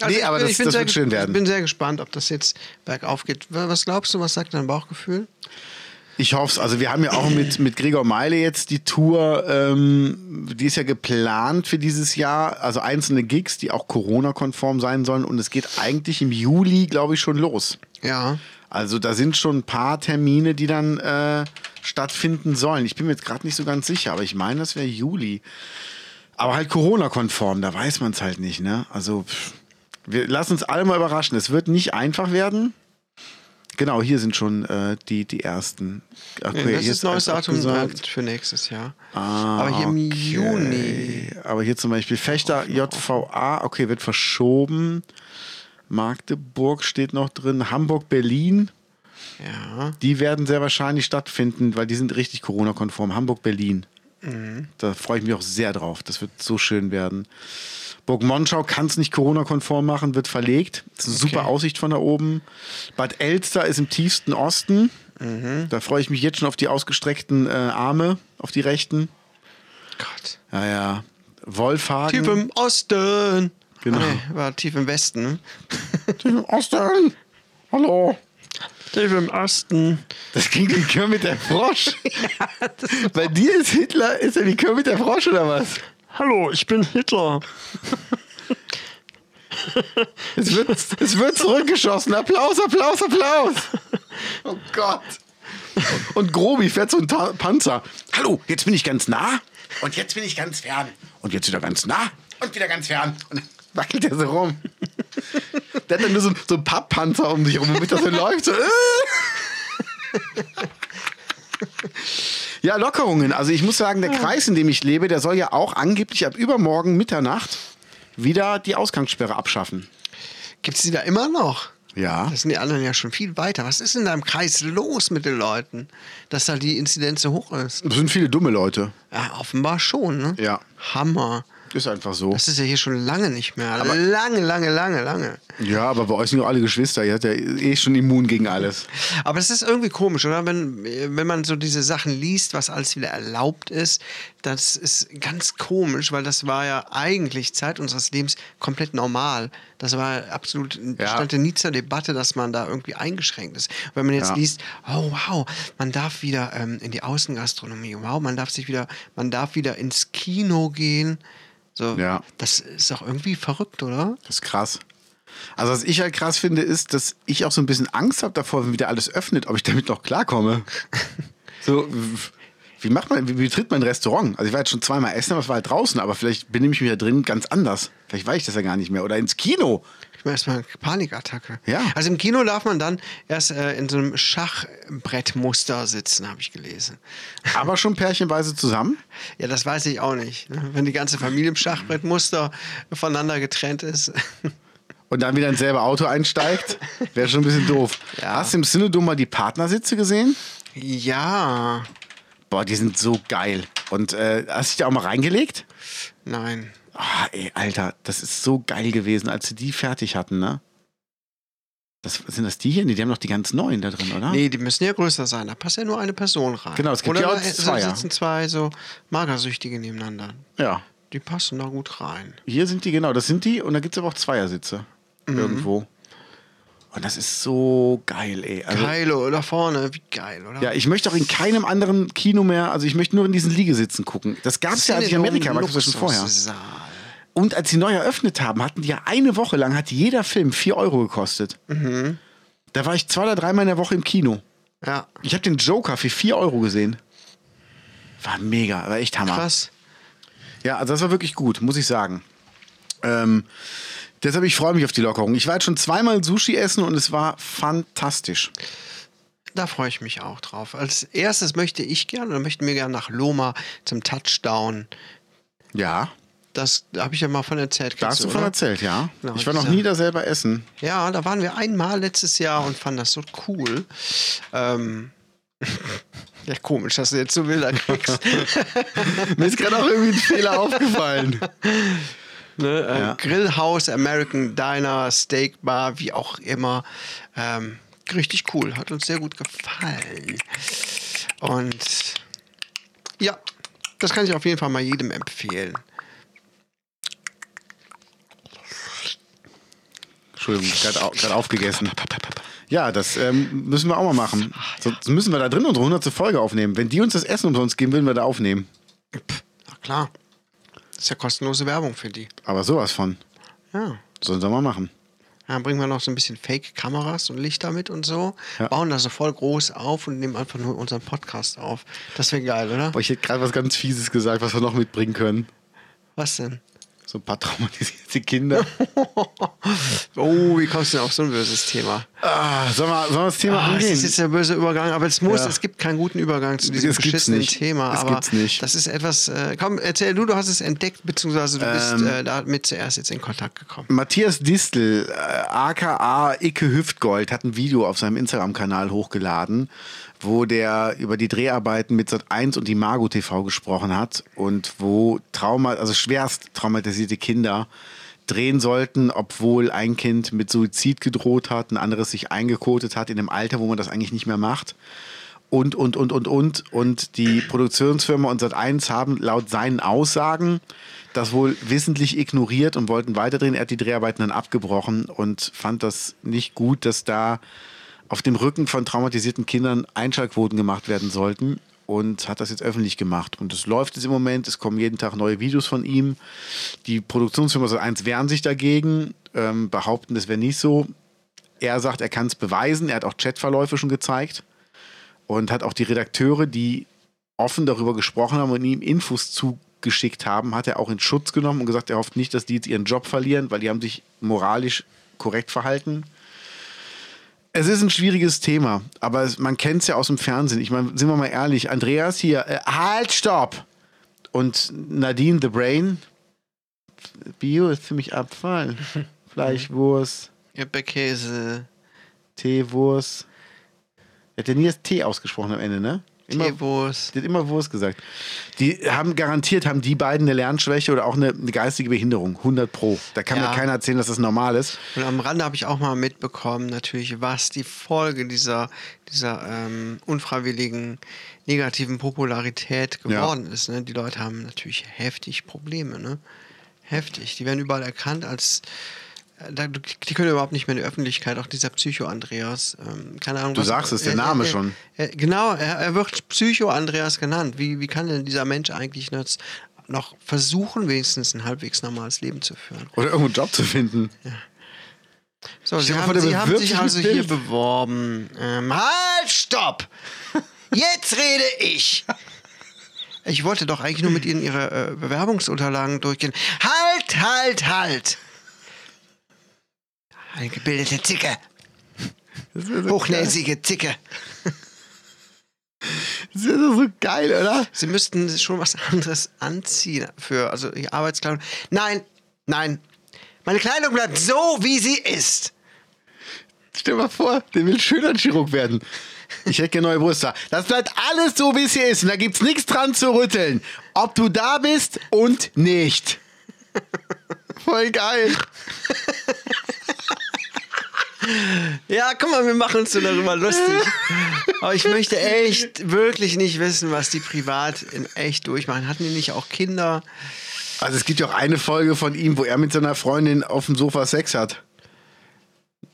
B: Also
A: Nee, aber das-
B: bin
A: das
B: sehr
A: wird
B: ges-
A: schön werden.
B: Ich bin sehr gespannt, ob das jetzt bergauf geht. Wa- Was glaubst du, was sagt dein Bauchgefühl?
A: Ich hoffe es. Also wir haben ja auch mit, mit Gregor Meile jetzt die Tour, ähm, die ist ja geplant für dieses Jahr. Also einzelne Gigs, die auch Corona-konform sein sollen. Und es geht eigentlich im Juli, glaube ich, schon los.
B: Ja.
A: Also da sind schon ein paar Termine, die dann äh, stattfinden sollen. Ich bin mir jetzt gerade nicht so ganz sicher, aber ich meine, das wäre Juli. Aber halt Corona-konform, da weiß man es halt nicht, ne? Also pff, wir lassen uns alle mal überraschen. Es wird nicht einfach werden. Genau, hier sind schon äh, die, die ersten. Okay,
B: das
A: hier
B: ist neues
A: erst
B: Datum
A: abgesagt.
B: äh, für nächstes Jahr.
A: Ah,
B: aber hier im
A: okay.
B: Juni.
A: Aber hier zum Beispiel Fechter JVA, okay, wird verschoben. Magdeburg steht noch drin. Hamburg, Berlin.
B: Ja.
A: Die werden sehr wahrscheinlich stattfinden, weil die sind richtig Corona-konform. Hamburg, Berlin. Da freue ich mich auch sehr drauf. Das wird so schön werden. Burg Monschau kann es nicht Corona-konform machen, wird verlegt. Das ist eine super
B: Okay.
A: Aussicht von da oben. Bad Elster ist im tiefsten Osten. Da freue ich mich jetzt schon auf die ausgestreckten äh, Arme, auf die rechten.
B: Gott.
A: Ja, ja.
B: Tief
A: Wolfhagen.
B: im Osten.
A: Genau.
B: Ah, nee, war tief im Westen.
A: Osten. Hallo.
B: lebe im Osten.
A: Das ging wie Kermit der Frosch. Bei dir ist Hitler, ist er wie Kermit der Frosch oder was?
B: Hallo, ich bin Hitler.
A: Es wird, es wird zurückgeschossen. Applaus, Applaus, Applaus. Oh Gott. Und Grobi fährt so ein Ta Panzer. Hallo, jetzt bin ich ganz nah und jetzt bin ich ganz fern. Und jetzt wieder ganz nah und wieder ganz fern. Und dann wackelt er so rum. Der hat dann nur so, so einen Papppanzer um sich rum, womit das so läuft. So, äh. Ja, Lockerungen. Also ich muss sagen, der Kreis, in dem ich lebe, der soll ja auch angeblich ab übermorgen Mitternacht wieder die Ausgangssperre abschaffen.
B: Gibt es die da immer noch?
A: Ja.
B: Das sind die anderen ja schon viel weiter. Was ist in deinem Kreis los mit den Leuten, dass da die Inzidenz so hoch ist?
A: Das sind viele dumme Leute.
B: Ja, offenbar schon, ne?
A: Ja.
B: Hammer.
A: Ist einfach so.
B: Das ist ja hier schon lange nicht mehr. lange, lange, lange, lange.
A: Ja, aber bei euch sind doch alle Geschwister. Ihr seid ja eh schon immun gegen alles.
B: Aber es ist irgendwie komisch, oder? Wenn, wenn man so diese Sachen liest, was alles wieder erlaubt ist, das ist ganz komisch, weil das war ja eigentlich Zeit unseres Lebens komplett normal. Das war absolut,
A: Ja.
B: stand in nie zur Debatte, dass man da irgendwie eingeschränkt ist. Wenn man jetzt
A: Ja.
B: liest, oh wow, man darf wieder ähm, in die Außengastronomie, wow, man darf sich wieder, man darf wieder ins Kino gehen. So,
A: Ja.
B: das ist doch irgendwie verrückt, oder?
A: Das ist krass. Also was ich halt krass finde, ist, dass ich auch so ein bisschen Angst habe davor, wenn wieder alles öffnet, ob ich damit noch klarkomme. so, w- wie macht man, wie betritt man ein Restaurant? Also ich war jetzt schon zweimal essen, aber es war halt draußen, aber vielleicht benehme ich mich da drin ganz anders. Vielleicht weiß ich das ja gar nicht mehr. Oder ins Kino.
B: Ich meine, erstmal Panikattacke.
A: Ja.
B: Also im Kino darf man dann erst äh, in so einem Schachbrettmuster sitzen, habe ich gelesen.
A: Aber schon pärchenweise zusammen.
B: Ja, das weiß ich auch nicht. ne? Wenn die ganze Familie im Schachbrettmuster voneinander getrennt ist.
A: und dann wieder ins selbe Auto einsteigt, wäre schon ein bisschen doof.
B: Ja.
A: Hast du im Synodom mal die Partnersitze gesehen?
B: ja.
A: Boah, die sind so geil. Und äh, hast du dich da auch mal reingelegt?
B: Nein.
A: Ah, ey, Alter, das ist so geil gewesen, als sie die fertig hatten, ne? Das, sind das die hier? Nee, die haben doch die ganz neuen da drin, oder?
B: Nee, die müssen ja größer sein. Da passt ja nur eine Person rein.
A: Genau, es gibt
B: Oder
A: ja auch
B: da
A: Zweier.
B: sitzen zwei so Magersüchtige nebeneinander.
A: Ja.
B: Die passen da gut rein.
A: Hier sind die, genau, das sind die. Und da gibt es aber auch Zweiersitze. Irgendwo. Und das ist so geil, ey. Also,
B: Geile oder vorne, wie geil, oder?
A: Ja, ich möchte auch in keinem anderen Kino mehr, also ich möchte nur in diesen Liegesitzen gucken. Das gab es ja, als ich in Amerika war, gab's das schon vorher.
B: Luxussaal.
A: Und als sie neu eröffnet haben, hatten die ja eine Woche lang, hat jeder Film 4 Euro gekostet. Da war ich zwei oder dreimal in der Woche im Kino.
B: Ja,
A: Ich habe den Joker für 4 Euro gesehen. War mega, war echt Hammer.
B: krass.
A: Ja, also das war wirklich gut, muss ich sagen. Ähm, deshalb, ich freue mich auf die Lockerung. Ich war jetzt schon zweimal Sushi essen und es war fantastisch.
B: Da freue ich mich auch drauf. Als erstes möchte ich gerne oder möchten wir gerne nach Loma zum Touchdown.
A: Ja,
B: Das habe ich ja mal von erzählt.
A: da hast du von
B: oder?
A: erzählt, ja.
B: Genau,
A: ich war noch
B: dieser-
A: nie da selber essen.
B: Ja, da waren wir einmal letztes Jahr und fanden das so cool. Ähm, ja, komisch, dass du jetzt so Bilder kriegst.
A: Mir ist gerade auch irgendwie ein Fehler aufgefallen.
B: ne? äh,
A: Ja.
B: Grillhaus, American Diner, Steak Bar, wie auch immer. Ähm, richtig cool, hat uns sehr gut gefallen. Und ja, das kann ich auf jeden Fall mal jedem empfehlen.
A: Entschuldigung, gerade au grad aufgegessen. Ja, das ähm, müssen wir auch mal machen. Sonst müssen wir da drin unsere 100. Folge aufnehmen. Wenn die uns das Essen umsonst geben, würden wir da aufnehmen.
B: Na klar. Das ist ja kostenlose Werbung für die.
A: Aber sowas von.
B: Ja.
A: Sollen wir mal machen.
B: Dann bringen wir noch so ein bisschen Fake-Kameras und Lichter mit und so.
A: Ja.
B: Bauen das so voll groß auf und nehmen einfach nur unseren Podcast auf. Das wäre geil, oder?
A: Boah, ich hätte gerade was ganz Fieses gesagt, was wir noch mitbringen können.
B: Was denn?
A: So ein paar traumatisierte Kinder.
B: Oh, wie kommst du denn auf so ein böses Thema?
A: ah, sollen, wir, sollen wir das Thema
B: Ah, das ist
A: angehen?
B: jetzt der böse Übergang, aber es muss,
A: Ja.
B: es gibt keinen guten Übergang zu diesem
A: Das gibt's
B: beschissenen
A: nicht.
B: Thema.
A: Das
B: aber
A: gibt's nicht.
B: das ist etwas. Äh, komm, erzähl du, du hast es entdeckt, beziehungsweise du bist
A: Ähm.
B: äh, damit zuerst jetzt in Kontakt gekommen.
A: Matthias Distel, äh, aka Icke Hüftgold, hat ein Video auf seinem Instagram-Kanal hochgeladen, wo der über die Dreharbeiten mit Sat1 und Imago TV gesprochen hat und wo Trauma, also schwerst traumatisierte Kinder drehen sollten, obwohl ein Kind mit Suizid gedroht hat, ein anderes sich eingekotet hat in einem Alter, wo man das eigentlich nicht mehr macht. Und, und, und, und, und. Und die Produktionsfirma und Sat1 haben laut seinen Aussagen das wohl wissentlich ignoriert und wollten weiterdrehen. Er hat die Dreharbeiten dann abgebrochen und fand das nicht gut, dass da auf dem Rücken von traumatisierten Kindern Einschaltquoten gemacht werden sollten und hat das jetzt öffentlich gemacht. Und es läuft jetzt im Moment, es kommen jeden Tag neue Videos von ihm. Die Produktionsfirma Sat 1 wehren sich dagegen, ähm, behaupten, das wäre nicht so. Er sagt, er kann es beweisen, er hat auch Chatverläufe schon gezeigt und hat auch die Redakteure, die offen darüber gesprochen haben und ihm Infos zugeschickt haben, hat er auch in Schutz genommen und gesagt, er hofft nicht, dass die jetzt ihren Job verlieren, weil die haben sich moralisch korrekt verhalten. Es ist ein schwieriges Thema, aber es, man kennt es ja aus dem Fernsehen. Ich meine, sind wir mal ehrlich, Andreas hier, äh, halt, stopp! Und Nadine, The Brain, Bio ist für mich Abfall. Fleischwurst,
B: Käse,
A: Teewurst. Er hat ja nie das T ausgesprochen am Ende, ne? Immer,
B: Teewurst.
A: Die hat immer Wurst gesagt. Die haben garantiert, haben die beiden eine Lernschwäche oder auch eine, eine geistige Behinderung. 100 Pro. Da kann
B: Ja.
A: mir keiner erzählen, dass das normal ist.
B: Und am Rande habe ich auch mal mitbekommen, natürlich, was die Folge dieser, dieser ähm, unfreiwilligen negativen Popularität geworden ist. Ne? Die Leute haben natürlich heftig Probleme. Ne? Heftig. Die werden überall erkannt als. äh, da- Die können überhaupt nicht mehr in die Öffentlichkeit, auch dieser Psycho-Andreas. Ähm, keine Ahnung.
A: Du sagst es, der
B: äh,
A: Name
B: äh,
A: schon.
B: äh, Genau, er, er wird Psycho-Andreas genannt. Wie, wie kann denn dieser Mensch eigentlich noch- noch versuchen, wenigstens ein halbwegs normales Leben zu führen?
A: Oder irgendwo einen Job zu finden. Stell
B: So, Sie
A: dir vor,
B: haben,
A: der
B: Sie haben
A: bewirbt
B: sich
A: sich
B: also
A: mit
B: hier
A: Bild.
B: beworben. Ähm, halt, stopp! Jetzt rede ich! Ich wollte doch eigentlich nur mit Ihnen Ihre äh, Bewerbungsunterlagen durchgehen. Halt, halt, halt! Eingebildete Zicke,
A: Das wäre so,
B: hochnäsige Zicke.
A: das wär so geil, oder?
B: Sie müssten schon was anderes anziehen für, also die Arbeitskleidung. Nein, nein. Meine Kleidung bleibt so, wie sie ist.
A: Stell dir mal vor, der will Schönheitschirurg werden. Ich hätte gerne neue Brüste. Das bleibt alles so, wie es hier ist. Und da gibt's nichts dran zu rütteln. Ob du da bist und nicht. Voll geil.
B: Ja, guck mal, wir machen uns so darüber lustig. Aber ich möchte echt wirklich nicht wissen, was die privat in echt durchmachen. Hatten die nicht auch Kinder?
A: Also es gibt ja auch eine Folge von ihm, wo er mit seiner Freundin auf dem Sofa Sex hat.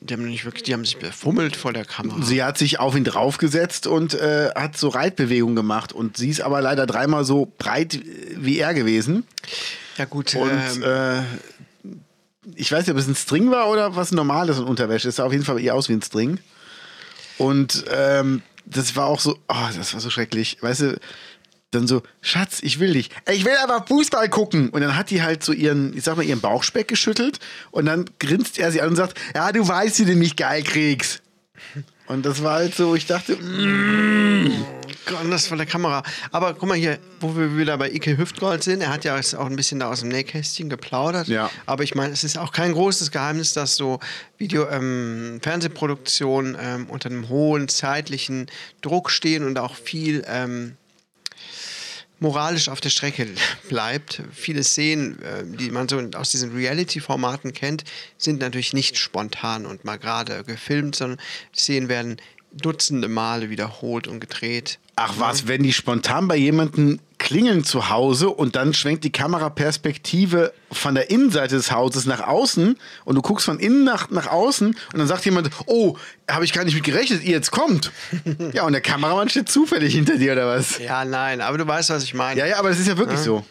B: Die haben nicht wirklich, die haben sich befummelt vor der Kamera.
A: Sie hat sich auf ihn draufgesetzt und äh, hat so Reitbewegungen gemacht. Und sie ist aber leider dreimal so breit äh, wie er gewesen.
B: ja gut,
A: Und
B: ähm,
A: äh, ich weiß nicht, ob es ein String war oder was Normales in Unterwäsche. Es sah auf jeden Fall bei ihr aus wie ein String. Und ähm, das war auch so, oh, das war so schrecklich. Weißt du, dann so, Schatz, ich will dich. Ich will aber Fußball gucken. Und dann hat die halt so ihren, ich sag mal, ihren Bauchspeck geschüttelt. Und dann grinst er sie an und sagt, ja, du weißt, wie du mich geil kriegst. Und das war halt so, ich dachte, mm,
B: Gott, das vor der Kamera. Aber guck mal hier, wo wir wieder bei Ike Hüftgold sind. Er hat ja jetzt auch ein bisschen da aus dem Nähkästchen geplaudert.
A: Ja.
B: Aber ich meine, es ist auch kein großes Geheimnis, dass so Video, ähm, Fernsehproduktionen ähm, unter einem hohen zeitlichen Druck stehen und auch viel ähm, moralisch auf der Strecke bleibt. Viele Szenen, äh, die man so aus diesen Reality-Formaten kennt, sind natürlich nicht spontan und mal gerade gefilmt, sondern Szenen werden dutzende Male wiederholt und gedreht.
A: Ach was, wenn die spontan bei jemandem klingeln zu Hause und dann schwenkt die Kameraperspektive von der Innenseite des Hauses nach außen und du guckst von innen nach, nach außen und dann sagt jemand, oh, habe ich gar nicht mit gerechnet, ihr jetzt kommt. ja, und der Kameramann steht zufällig hinter dir oder was?
B: Ja, nein, aber du weißt, was ich meine.
A: Ja, ja, aber das ist ja wirklich so.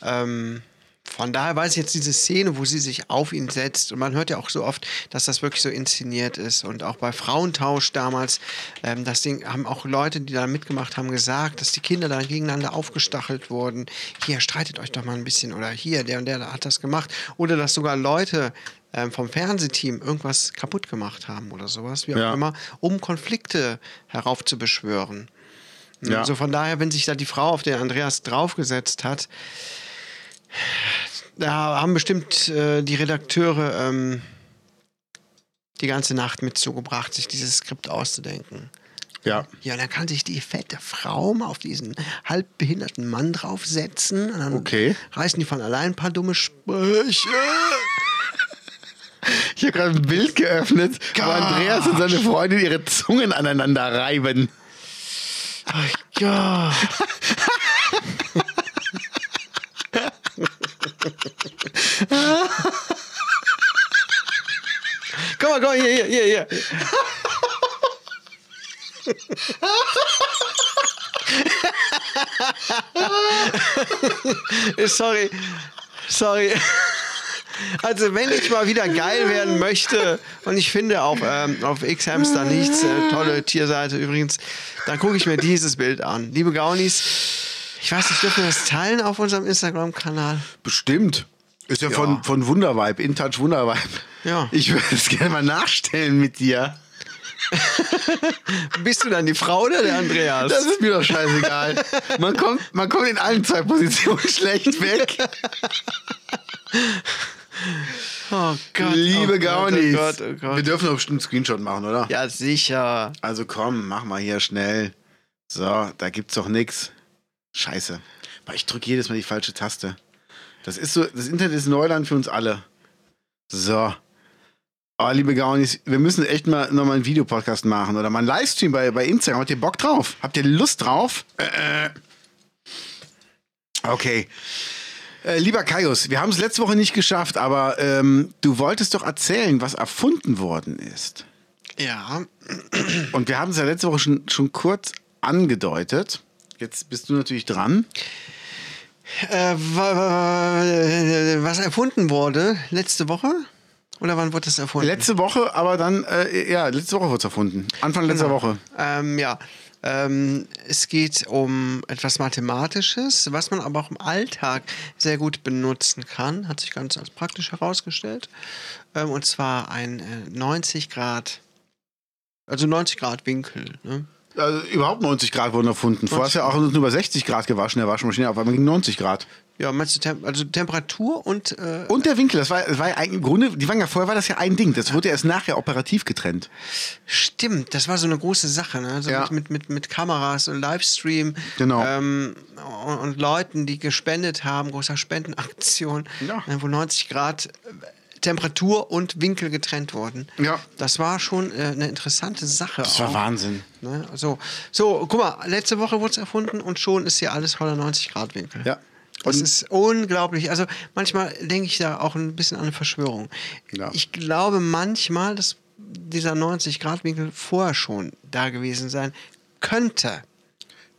B: Ähm, von daher weiß ich jetzt diese Szene, wo sie sich auf ihn setzt. Und man hört ja auch so oft, dass das wirklich so inszeniert ist. Und auch bei Frauentausch damals, ähm, das Ding haben auch Leute, die da mitgemacht haben, gesagt, dass die Kinder da gegeneinander aufgestachelt wurden. Hier, streitet euch doch mal ein bisschen. Oder hier, der und der hat das gemacht. Oder dass sogar Leute ähm, vom Fernsehteam irgendwas kaputt gemacht haben oder sowas, wie auch
A: Ja.
B: immer, um Konflikte heraufzubeschwören.
A: Ja.
B: Also von daher, wenn sich da die Frau auf den Andreas draufgesetzt hat, da haben bestimmt äh, die Redakteure ähm, die ganze Nacht mit zugebracht, sich dieses Skript auszudenken.
A: Ja.
B: Ja, und dann kann sich die fette Frau mal auf diesen halbbehinderten Mann draufsetzen. Und dann
A: Okay.
B: reißen die von allein ein paar dumme Sprüche.
A: Ich habe gerade ein Bild geöffnet, wo
B: Gosh.
A: Andreas und seine Freundin ihre Zungen aneinander reiben.
B: Ach Gott. Guck mal, guck mal, hier, hier, hier, hier. Sorry. Sorry. Also wenn ich mal wieder geil werden möchte und ich finde auf, ähm, auf X-Hamster nichts, äh, tolle Tierseite übrigens, dann gucke ich mir dieses Bild an. Liebe Gaunis, ich weiß nicht, dürfen wir das teilen auf unserem Instagram-Kanal?
A: Bestimmt. Ist ja,
B: Ja.
A: Von, von Wundervibe, In Touch Wundervibe.
B: Ja.
A: Ich würde es gerne mal nachstellen mit dir.
B: Bist du dann die Frau oder der Andreas?
A: Das ist mir doch scheißegal. Man kommt, man kommt in allen zwei Positionen schlecht weg.
B: oh Gott,
A: Liebe
B: oh
A: Gaunis.
B: Gott, oh Gott, oh
A: Wir
B: Gott.
A: dürfen doch bestimmt einen Screenshot machen, oder?
B: Ja, sicher.
A: Also komm, mach mal hier schnell. So, da gibt's doch nix. Scheiße. Aber ich drücke jedes Mal die falsche Taste. Das ist so, das Internet ist Neuland für uns alle. So. Oh, liebe Gaunis, wir müssen echt mal nochmal einen Videopodcast machen oder mal einen Livestream bei, bei Instagram. Habt ihr Bock drauf? Habt ihr Lust drauf? Äh, äh. Okay. Äh, lieber Kaius, wir haben es letzte Woche nicht geschafft, aber ähm, du wolltest doch erzählen, was erfunden worden ist.
B: Ja,
A: Und wir haben es ja letzte Woche schon, schon kurz angedeutet. Jetzt bist du natürlich dran.
B: Äh, wa- wa- wa- was erfunden wurde letzte Woche? Oder wann wurde das erfunden?
A: Letzte Woche, aber dann, äh, ja, letzte Woche wurde es erfunden. Anfang letzter Woche.
B: ähm, ja. Ähm, es geht um etwas Mathematisches, was man aber auch im Alltag sehr gut benutzen kann. Hat sich ganz als praktisch herausgestellt. Ähm, und zwar ein äh, 90 Grad, also 90 Grad Winkel. Ne?
A: Also überhaupt 90 Grad wurden erfunden. Vorher hast du ja auch nur über 60 Grad gewaschen, der Waschmaschine, auf einmal ging 90 Grad.
B: Ja, meinst du Tem also Temperatur und äh,
A: Und der Winkel, das war, das war ja eigentlich im Grunde, die waren ja vorher war das ja ein Ding. Das wurde ja erst nachher operativ getrennt.
B: Stimmt, das war so eine große Sache, ne? So
A: Ja.
B: mit, mit, mit, mit Kameras und Livestream
A: Genau.
B: ähm, und, und Leuten, die gespendet haben, großer Spendenaktion,
A: Ja.
B: äh, wo 90 Grad äh, Temperatur und Winkel getrennt wurden.
A: Ja.
B: Das war schon äh, eine interessante Sache.
A: Das war Wahnsinn.
B: Ne? So. so, guck mal, letzte Woche wurde es erfunden und schon ist hier alles voller 90 Grad Winkel.
A: Ja.
B: Das
A: Und-
B: ist unglaublich. Also manchmal denke ich da auch ein bisschen an eine Verschwörung.
A: Ja.
B: Ich glaube manchmal, dass dieser 90 Grad Winkel vorher schon da gewesen sein könnte.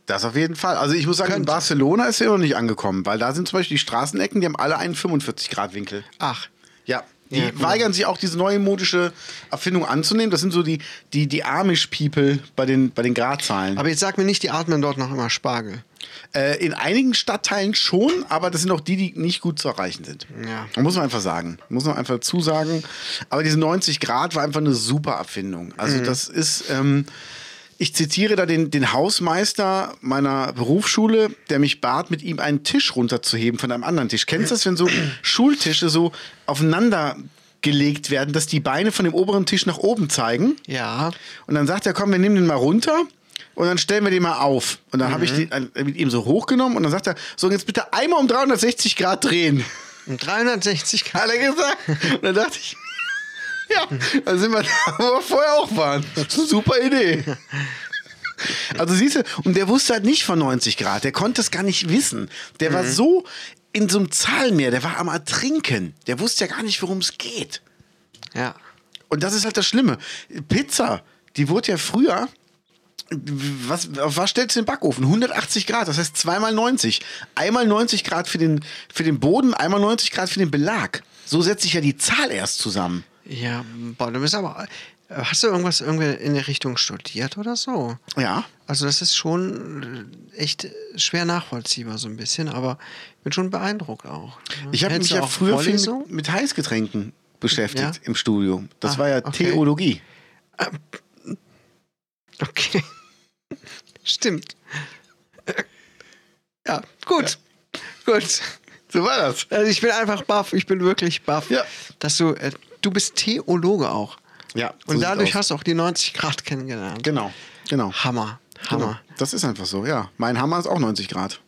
A: Das auf jeden Fall. Also ich muss sagen, in
B: Könnte.
A: Barcelona ist er noch nicht angekommen, weil da sind zum Beispiel die Straßenecken, die haben alle einen 45 Grad Winkel.
B: Ach,
A: Ja. Die
B: Ja, gut.
A: weigern sich auch, diese neue modische Erfindung anzunehmen. Das sind so die, die, die Amish-People bei den, bei den Gradzahlen.
B: aber jetzt sag mir nicht, die atmen dort noch immer Spargel.
A: Äh, in einigen Stadtteilen schon, aber das sind auch die, die nicht gut zu erreichen sind.
B: Ja.
A: Muss man einfach sagen. Muss man einfach zusagen. Aber diese 90 Grad war einfach eine super Erfindung. Also das ist, ähm, ich zitiere da den, den Hausmeister meiner Berufsschule, der mich bat, mit ihm einen Tisch runterzuheben von einem anderen Tisch. Kennst du das, wenn so Schultische so aufeinander gelegt werden, dass die Beine von dem oberen Tisch nach oben zeigen?
B: Ja.
A: Und dann sagt er, komm, wir nehmen den mal runter und dann stellen wir den mal auf. Und dann habe ich den äh, mit ihm so hochgenommen und dann sagt er, so jetzt bitte einmal um 360 Grad drehen.
B: Um 360 Grad.
A: Hat er gesagt. Und dann dachte ich, ja, dann sind wir da, wo wir vorher auch waren. Super Idee. Also siehst du, und der wusste halt nicht von 90 Grad, der konnte es gar nicht wissen. Der war so in so einem Zahlmeer, der war am Ertrinken. Der wusste ja gar nicht, worum es geht.
B: Ja.
A: Und das ist halt das Schlimme. Pizza, die wurde ja früher. Was, auf was stellst du den Backofen? 180 Grad, das heißt zweimal 90. Einmal 90 Grad für den, für den Boden, einmal 90 Grad für den Belag. So setzt sich ja die Zahl erst zusammen.
B: Ja, boah, du bist aber. Hast du irgendwas irgendwie in der Richtung studiert oder so?
A: Ja.
B: Also das ist schon äh, echt schwer nachvollziehbar so ein bisschen, aber ich bin schon beeindruckt auch. ne?
A: Ich habe mich
B: Hältst du
A: ja
B: auch
A: früher viel
B: Vorlesung?
A: mit, mit Heißgetränken beschäftigt
B: Ja?
A: im Studium. Das
B: Ah,
A: war ja
B: okay.
A: Theologie.
B: Okay. Stimmt. Ja, gut. Gut.
A: So war das.
B: Also ich bin einfach baff, ich bin wirklich baff.
A: Ja.
B: Dass du, äh, du bist Theologe auch.
A: Ja. so
B: Und
A: sieht's
B: dadurch
A: aus.
B: hast du auch die 90 Grad kennengelernt.
A: Genau, genau.
B: Hammer.
A: Genau.
B: Hammer.
A: Das ist einfach so, ja. Mein Hammer ist auch 90 Grad.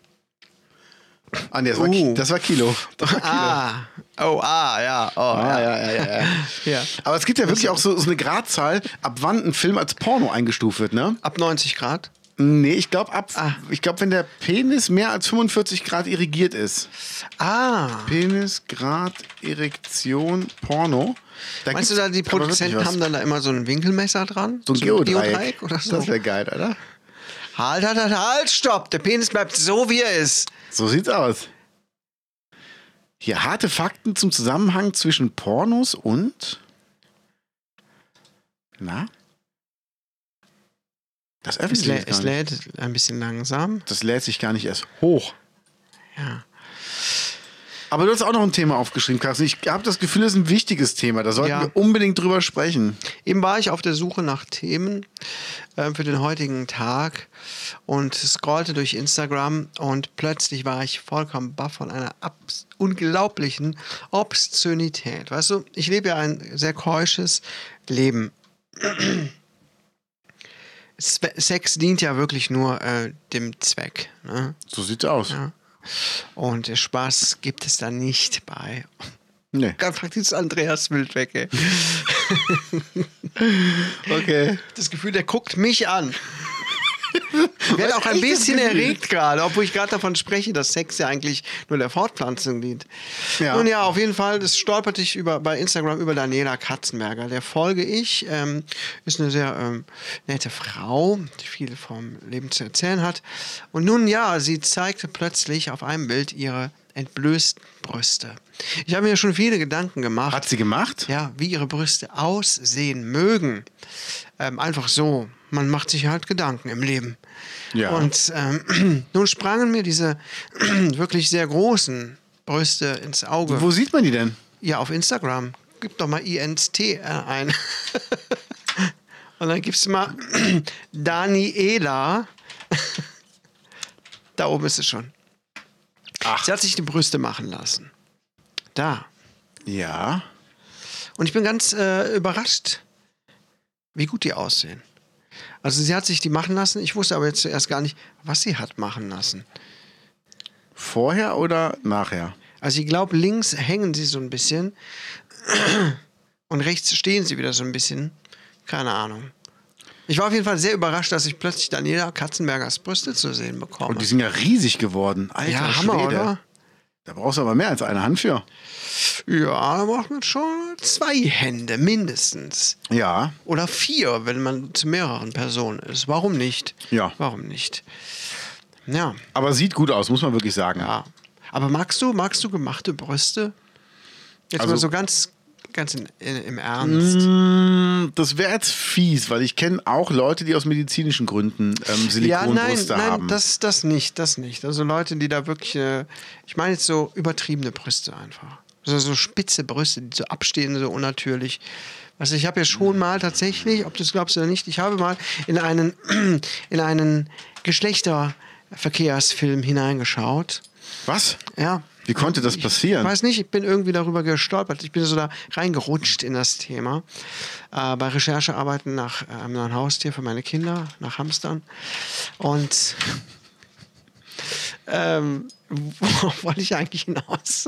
A: Ah, nee, das, war,
B: Uh.
A: Ki- das war Kilo. Das war Kilo.
B: Ah. Oh, ah, ja. Oh,
A: Ah,
B: ja.
A: ja, ja, ja, ja.
B: Ja.
A: Aber es gibt ja wirklich auch so, so eine Gradzahl, ab wann ein Film als Porno eingestuft wird, ne?
B: Ab 90 Grad.
A: Nee, ich glaube, ab.
B: Ah.
A: Ich glaube, wenn der Penis mehr als 45 Grad irrigiert ist.
B: Ah,
A: Penis, Grad, Erektion, Porno. Da gibt's
B: meinst du da,
A: aber
B: die
A: wirklich
B: Produzenten
A: was.
B: haben dann da immer so ein Winkelmesser dran?
A: so ein Geodreieck?
B: oder so?
A: Das wäre geil, oder?
B: Halt, halt, halt, halt, stopp! Der Penis bleibt so, wie er ist.
A: So sieht's aus. Hier harte Fakten zum Zusammenhang zwischen Pornos und. Na? Das
B: Es,
A: öffnet
B: lä
A: sich
B: es
A: gar nicht.
B: lädt ein bisschen langsam.
A: Das lädt sich gar nicht erst hoch.
B: Ja.
A: Aber du hast auch noch ein Thema aufgeschrieben, Carsten. Ich habe das Gefühl, das ist ein wichtiges Thema. Da sollten
B: Ja.
A: wir unbedingt drüber sprechen.
B: Eben war ich auf der Suche nach Themen ähm, für den heutigen Tag und scrollte durch Instagram und plötzlich war ich vollkommen baff von einer abs unglaublichen Obszönität. Weißt du, ich lebe ja ein sehr keusches Leben. Spe- Sex dient ja wirklich nur äh, dem Zweck. Ne?
A: So sieht's aus.
B: Ja. Und Spaß gibt es da nicht bei.
A: Nee.
B: Ganz praktisch Andreas Wildwecke.
A: Okay.
B: das Gefühl, der guckt mich an. Ich werde auch ein
A: Echt das
B: bisschen
A: Gefühl?
B: erregt gerade, obwohl ich gerade davon spreche, dass Sex ja eigentlich nur der Fortpflanzung dient.
A: Ja.
B: Nun ja, auf jeden Fall, das stolperte ich über, bei Instagram über Daniela Katzenberger. Der folge ich, ähm, ist eine sehr ähm, nette Frau, die viel vom Leben zu erzählen hat. Und nun ja, sie zeigte plötzlich auf einem Bild ihre entblößten Brüste. Ich habe mir schon viele Gedanken gemacht
A: Hat sie gemacht?
B: ja, wie ihre Brüste aussehen mögen. Ähm, einfach so. Man macht sich halt Gedanken im Leben.
A: Ja.
B: Und ähm, nun sprangen mir diese wirklich sehr großen Brüste ins Auge.
A: Wo sieht man die denn?
B: ja, auf Instagram. Gib doch mal INST äh, ein. Und dann gibst du mal Daniela. da oben ist es schon.
A: Ach.
B: Sie hat sich die Brüste machen lassen. Da.
A: Ja.
B: Und ich bin ganz äh, überrascht, wie gut die aussehen. Also sie hat sich die machen lassen. Ich wusste aber jetzt zuerst gar nicht, was sie hat machen lassen.
A: Vorher oder nachher?
B: Also ich glaube, links hängen sie so ein bisschen und rechts stehen sie wieder so ein bisschen. Keine Ahnung. Ich war auf jeden Fall sehr überrascht, dass ich plötzlich Daniela Katzenbergers Brüste zu sehen bekomme.
A: Und die sind ja riesig geworden. Alter,
B: ja, Hammer,
A: Schwede.
B: oder?
A: Da brauchst du aber mehr als eine Hand für.
B: Ja, da braucht man schon zwei Hände mindestens.
A: Ja.
B: Oder vier, wenn man zu mehreren Personen ist. Warum nicht?
A: Ja.
B: Warum nicht? Ja,
A: Aber sieht gut aus, muss man wirklich sagen.
B: ja. Aber magst du, magst du gemachte Brüste? Jetzt
A: Also-
B: mal so ganz, ganz in, in, im Ernst.
A: Mm, Das wäre jetzt fies, weil ich kenne auch Leute, die aus medizinischen Gründen ähm,
B: ja, nein,
A: Silikonbrüste
B: nein,
A: haben.
B: das, das nicht, das nicht. Also Leute, die da wirklich, äh, ich meine jetzt so übertriebene Brüste einfach. Also so spitze Brüste, die so abstehen, so unnatürlich. Also ich habe ja schon mal tatsächlich, ob du es glaubst oder nicht, ich habe mal in einen, in einen Geschlechterverkehrsfilm hineingeschaut.
A: Was?
B: Ja.
A: Wie konnte das
B: Ich
A: passieren?
B: weiß nicht, ich bin irgendwie darüber gestolpert. Ich bin so da reingerutscht in das Thema. Äh, bei Recherchearbeiten nach äh, einem neuen Haustier für meine Kinder, nach Hamstern. Und ähm, worauf wollte ich eigentlich hinaus?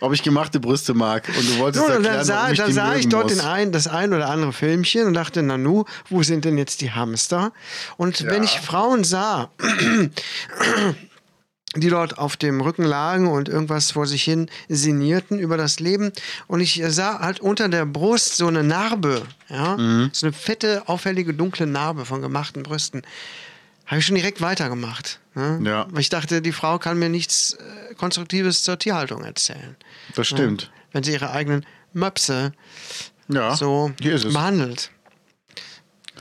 A: Ob ich gemachte Brüste mag. Und du wolltest
B: Nun, und
A: erklären,
B: dann sah,
A: warum ich
B: dann
A: die
B: sah ich
A: mögen
B: dort
A: muss.
B: den ein, das ein oder andere Filmchen und dachte, Nanu, wo sind denn jetzt die Hamster? Und wenn ich Frauen sah, die dort auf dem Rücken lagen und irgendwas vor sich hin sinnierten über das Leben. Und ich sah halt unter der Brust so eine Narbe, ja,
A: Mhm.
B: so eine fette, auffällige, dunkle Narbe von gemachten Brüsten. Habe ich schon direkt weitergemacht. Ne?
A: Ja.
B: Weil ich dachte, die Frau kann mir nichts äh, Konstruktives zur Tierhaltung erzählen.
A: Das stimmt.
B: Wenn sie ihre eigenen Möpse
A: Ja.
B: so
A: Hier ist es.
B: behandelt.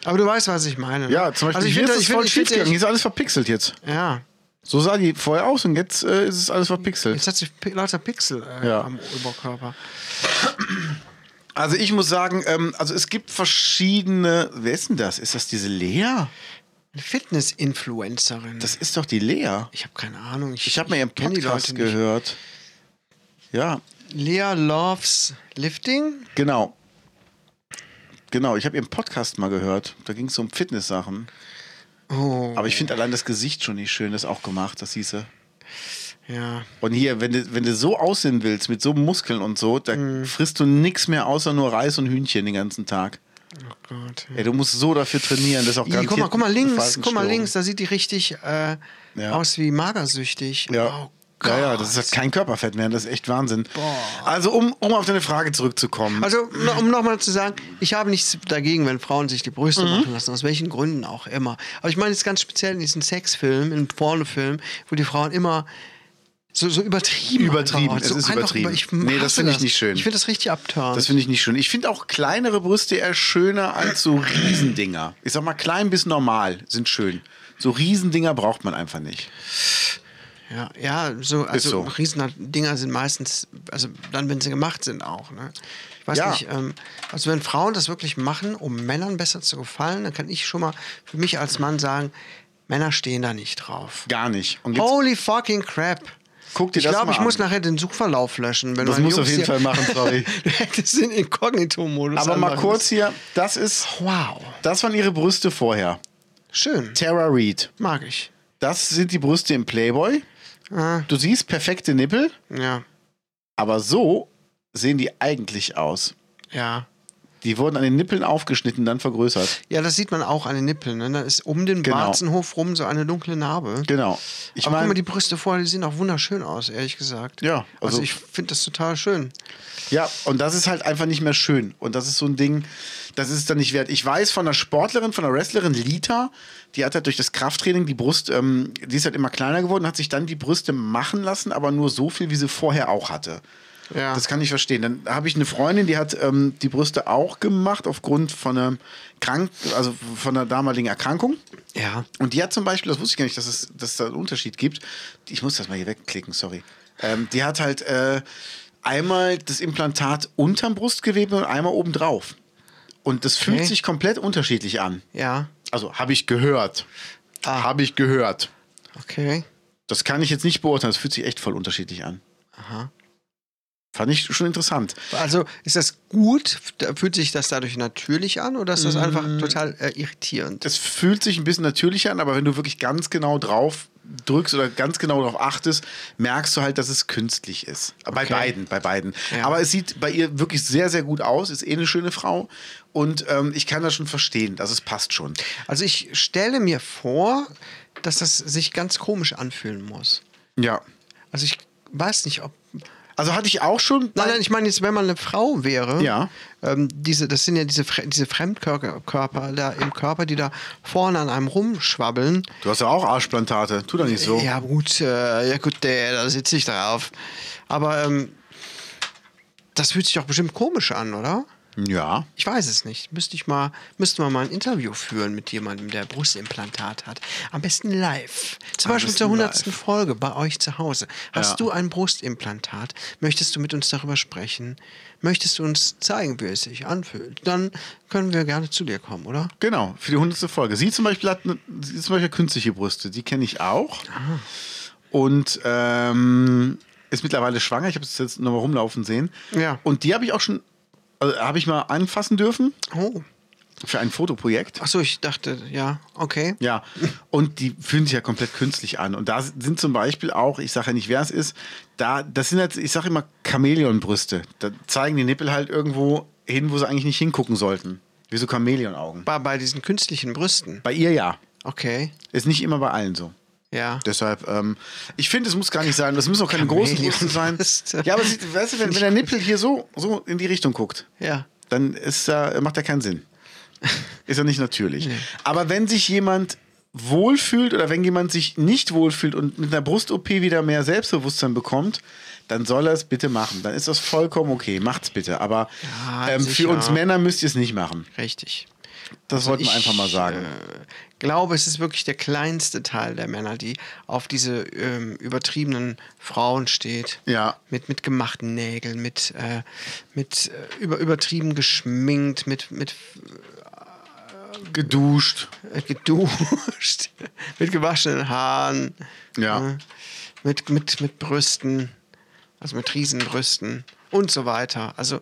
B: Aber du weißt, was ich meine. ne?
A: Ja, zum Beispiel
B: Also ich
A: hier
B: finde,
A: ist
B: ich
A: es
B: finde,
A: voll
B: ich
A: schief
B: finde,
A: gegangen. Hier
B: ich-
A: ist alles verpixelt jetzt.
B: ja,
A: So sah die vorher aus und jetzt äh, ist es alles verpixelt.
B: jetzt hat sie pi- lauter Pixel äh,
A: Ja.
B: am Oberkörper.
A: Also ich muss sagen, ähm, also es gibt verschiedene. Wer ist denn das? Ist das diese Lea?
B: Eine Fitness-Influencerin.
A: Das ist doch die Lea.
B: ich habe keine Ahnung.
A: Ich habe mal ihren
B: kenn die
A: Podcast
B: Leute nicht.
A: gehört. Ja,
B: Lea loves Lifting.
A: genau. Genau, ich habe ihren Podcast mal gehört. Da ging es um Fitness-Sachen.
B: Oh,
A: Aber ich finde allein das Gesicht schon nicht schön. Das ist auch gemacht, das hieße.
B: ja.
A: Und hier, wenn du, wenn du so
B: Mhm.
A: aussehen willst, mit so Muskeln und so, da frisst du nichts mehr außer nur Reis und Hühnchen den ganzen Tag.
B: Oh Gott.
A: Ey, du musst so dafür trainieren, das ist auch
B: Ja,
A: ganz
B: guck mal, guck mal links, guck mal links, da sieht die richtig äh,
A: Ja.
B: aus wie magersüchtig.
A: Ja.
B: Oh Gott.
A: ja, ja, das ist kein Körperfett mehr, das ist echt Wahnsinn.
B: Boah.
A: Also, um, um auf deine Frage zurückzukommen.
B: Also, no- um nochmal zu sagen, ich habe nichts dagegen, wenn Frauen sich die Brüste
A: Mhm.
B: machen lassen, aus welchen Gründen auch immer. Aber ich meine jetzt ganz speziell in diesen Sexfilmen, in Pornofilmen, wo die Frauen immer so, so übertrieben
A: Übertrieben,
B: einfach,
A: es
B: so
A: ist
B: einfach
A: übertrieben.
B: Über, ich
A: Nee, das
B: hasse
A: finde ich nicht schön.
B: Ich finde das richtig abtörend.
A: das finde ich nicht schön. Ich finde auch kleinere Brüste eher schöner als so Riesendinger. Ich sag mal, klein bis normal sind schön. So Riesendinger braucht man einfach nicht.
B: Ja, ja so, also
A: so.
B: Riesendinger sind meistens, also dann, wenn sie gemacht sind, auch. Ne? Ich weiß
A: Ja.
B: nicht, ähm, also wenn Frauen das wirklich machen, um Männern besser zu gefallen, dann kann ich schon mal für mich als Mann sagen, Männer stehen da nicht drauf.
A: Gar nicht. Und jetzt,
B: Holy fucking crap.
A: Guck dir
B: Oh, ich
A: das
B: glaube,
A: mal
B: ich
A: an.
B: muss nachher den Suchverlauf löschen. Wenn
A: Das
B: meine
A: musst du auf
B: Jungs
A: jeden
B: hier-
A: Fall machen, sorry.
B: du hättest den Inkognito-Modus.
A: aber mal
B: anmachen
A: kurz hier, das ist,
B: müssen. Wow.
A: das waren ihre Brüste vorher.
B: Schön.
A: Tara Reid.
B: Mag ich.
A: Das sind die Brüste im Playboy.
B: Ah,
A: Du siehst perfekte Nippel,
B: ja.
A: aber so sehen die eigentlich aus.
B: Ja.
A: Die wurden an den Nippeln aufgeschnitten, dann vergrößert.
B: Ja, das sieht man auch an den Nippeln. Ne? Da ist um den
A: Genau.
B: Warzenhof rum so eine dunkle Narbe.
A: Genau. Ich
B: Aber guck mal,
A: meine,
B: die Brüste vorher, die sehen auch wunderschön aus, ehrlich gesagt.
A: Ja,
B: Also,
A: also-
B: ich finde das total schön.
A: ja, und das ist halt einfach nicht mehr schön. Und das ist so ein Ding, das ist es dann nicht wert. Ich weiß von einer Sportlerin, von einer Wrestlerin, Lita, die hat halt durch das Krafttraining die Brust, ähm, die ist halt immer kleiner geworden, hat sich dann die Brüste machen lassen, aber nur so viel, wie sie vorher auch hatte.
B: Ja.
A: Das kann ich verstehen. Dann habe ich eine Freundin, die hat ähm, die Brüste auch gemacht aufgrund von einer Krank also von einer damaligen Erkrankung.
B: Ja.
A: Und die hat zum Beispiel, das wusste ich gar nicht, dass es, dass es da einen Unterschied gibt. Ich muss das mal hier wegklicken, sorry. Ähm, die hat halt äh, einmal das Implantat unterm Brustgewebe und einmal obendrauf. Und das fühlt sich komplett unterschiedlich an.
B: Ja.
A: Also habe ich gehört.
B: Ah.
A: Habe ich gehört.
B: Okay.
A: Das kann ich jetzt nicht beurteilen. Das fühlt sich echt voll unterschiedlich an.
B: Aha.
A: Fand ich schon interessant.
B: Also, ist das gut? Da- Fühlt sich das dadurch natürlich an oder
A: Mm.
B: ist das einfach total äh, irritierend?
A: es fühlt sich ein bisschen natürlicher an, aber wenn du wirklich ganz genau drauf drückst oder ganz genau darauf achtest, merkst du halt, dass es künstlich ist. Bei
B: Okay.
A: beiden, bei beiden.
B: Ja.
A: Aber es sieht bei ihr wirklich sehr, sehr gut aus, ist eh eine schöne Frau und ähm, ich kann das schon verstehen, dass es passt schon.
B: Also, ich stelle mir vor, dass das sich ganz komisch anfühlen muss.
A: Ja.
B: Also, ich weiß nicht, ob
A: Also hatte ich auch schon.
B: Nein, nein, ich meine jetzt, wenn man eine Frau wäre,
A: Ja.
B: ähm, diese, das sind ja diese, Fre- diese Fremdkörper Körper da im Körper, die da vorne an einem rumschwabbeln.
A: du hast ja auch Arschplantate, tu doch nicht so.
B: Ja gut, äh, ja gut, äh, da sitze ich drauf. Aber ähm, das fühlt sich doch bestimmt komisch an, oder?
A: ja.
B: Ich weiß es nicht. Müsste ich mal, müssten wir mal ein Interview führen mit jemandem, der Brustimplantat hat. Am besten live. Zum
A: Am
B: Beispiel
A: besten
B: zur 100.
A: live.
B: Folge bei euch zu Hause. Hast
A: Ja.
B: du ein Brustimplantat? Möchtest du mit uns darüber sprechen? Möchtest du uns zeigen, wie es sich anfühlt? Dann können wir gerne zu dir kommen, oder?
A: Genau, für die hundertste Folge. Sie zum Beispiel hat ne, sie zum Beispiel hat künstliche Brüste, die kenne ich auch. Und ähm, ist mittlerweile schwanger. Ich habe es jetzt nochmal rumlaufen sehen.
B: Ja.
A: Und die habe ich auch schon, also, habe ich mal anfassen dürfen
B: Oh.
A: für ein Fotoprojekt.
B: Achso, ich dachte, ja, okay.
A: Ja, und die fühlen sich ja komplett künstlich an. Und da sind zum Beispiel auch, ich sage ja nicht, wer es ist, da, das sind halt, ich sage immer Chamäleonbrüste. Da zeigen die Nippel halt irgendwo hin, wo sie eigentlich nicht hingucken sollten. Wie so Chamäleonaugen.
B: Bei, bei diesen künstlichen Brüsten.
A: Bei ihr ja.
B: Okay.
A: Ist nicht immer bei allen so.
B: Ja.
A: Deshalb, ähm, ich finde, es muss gar nicht sein. Das müssen auch keine großen Brüste sein.
B: Chamäleonbrüste.
A: Ja, aber sie, weißt du, wenn, wenn der Nippel hier so, so in die Richtung guckt,
B: Ja.
A: dann ist, er- macht er keinen Sinn. Ist ja nicht natürlich. Aber wenn sich jemand wohlfühlt oder wenn jemand sich nicht wohlfühlt und mit einer Brust-OP wieder mehr Selbstbewusstsein bekommt, dann soll er es bitte machen. Dann ist das vollkommen okay. Macht's bitte. Aber
B: Ja,
A: ähm, für
B: sicher.
A: uns Männer müsst ihr es nicht machen.
B: Richtig.
A: Das wollten wir
B: Also ich, äh,
A: einfach mal sagen.
B: Ich glaube, es ist wirklich der kleinste Teil der Männer, die auf diese ähm, übertriebenen Frauen steht.
A: Ja.
B: Mit, mit gemachten Nägeln, mit, äh, mit äh, über, übertrieben geschminkt, mit, mit
A: Geduscht.
B: äh, geduscht, mit gewaschenen Haaren.
A: Ja.
B: äh, mit, mit, mit Brüsten, also mit Riesenbrüsten und so weiter. Also,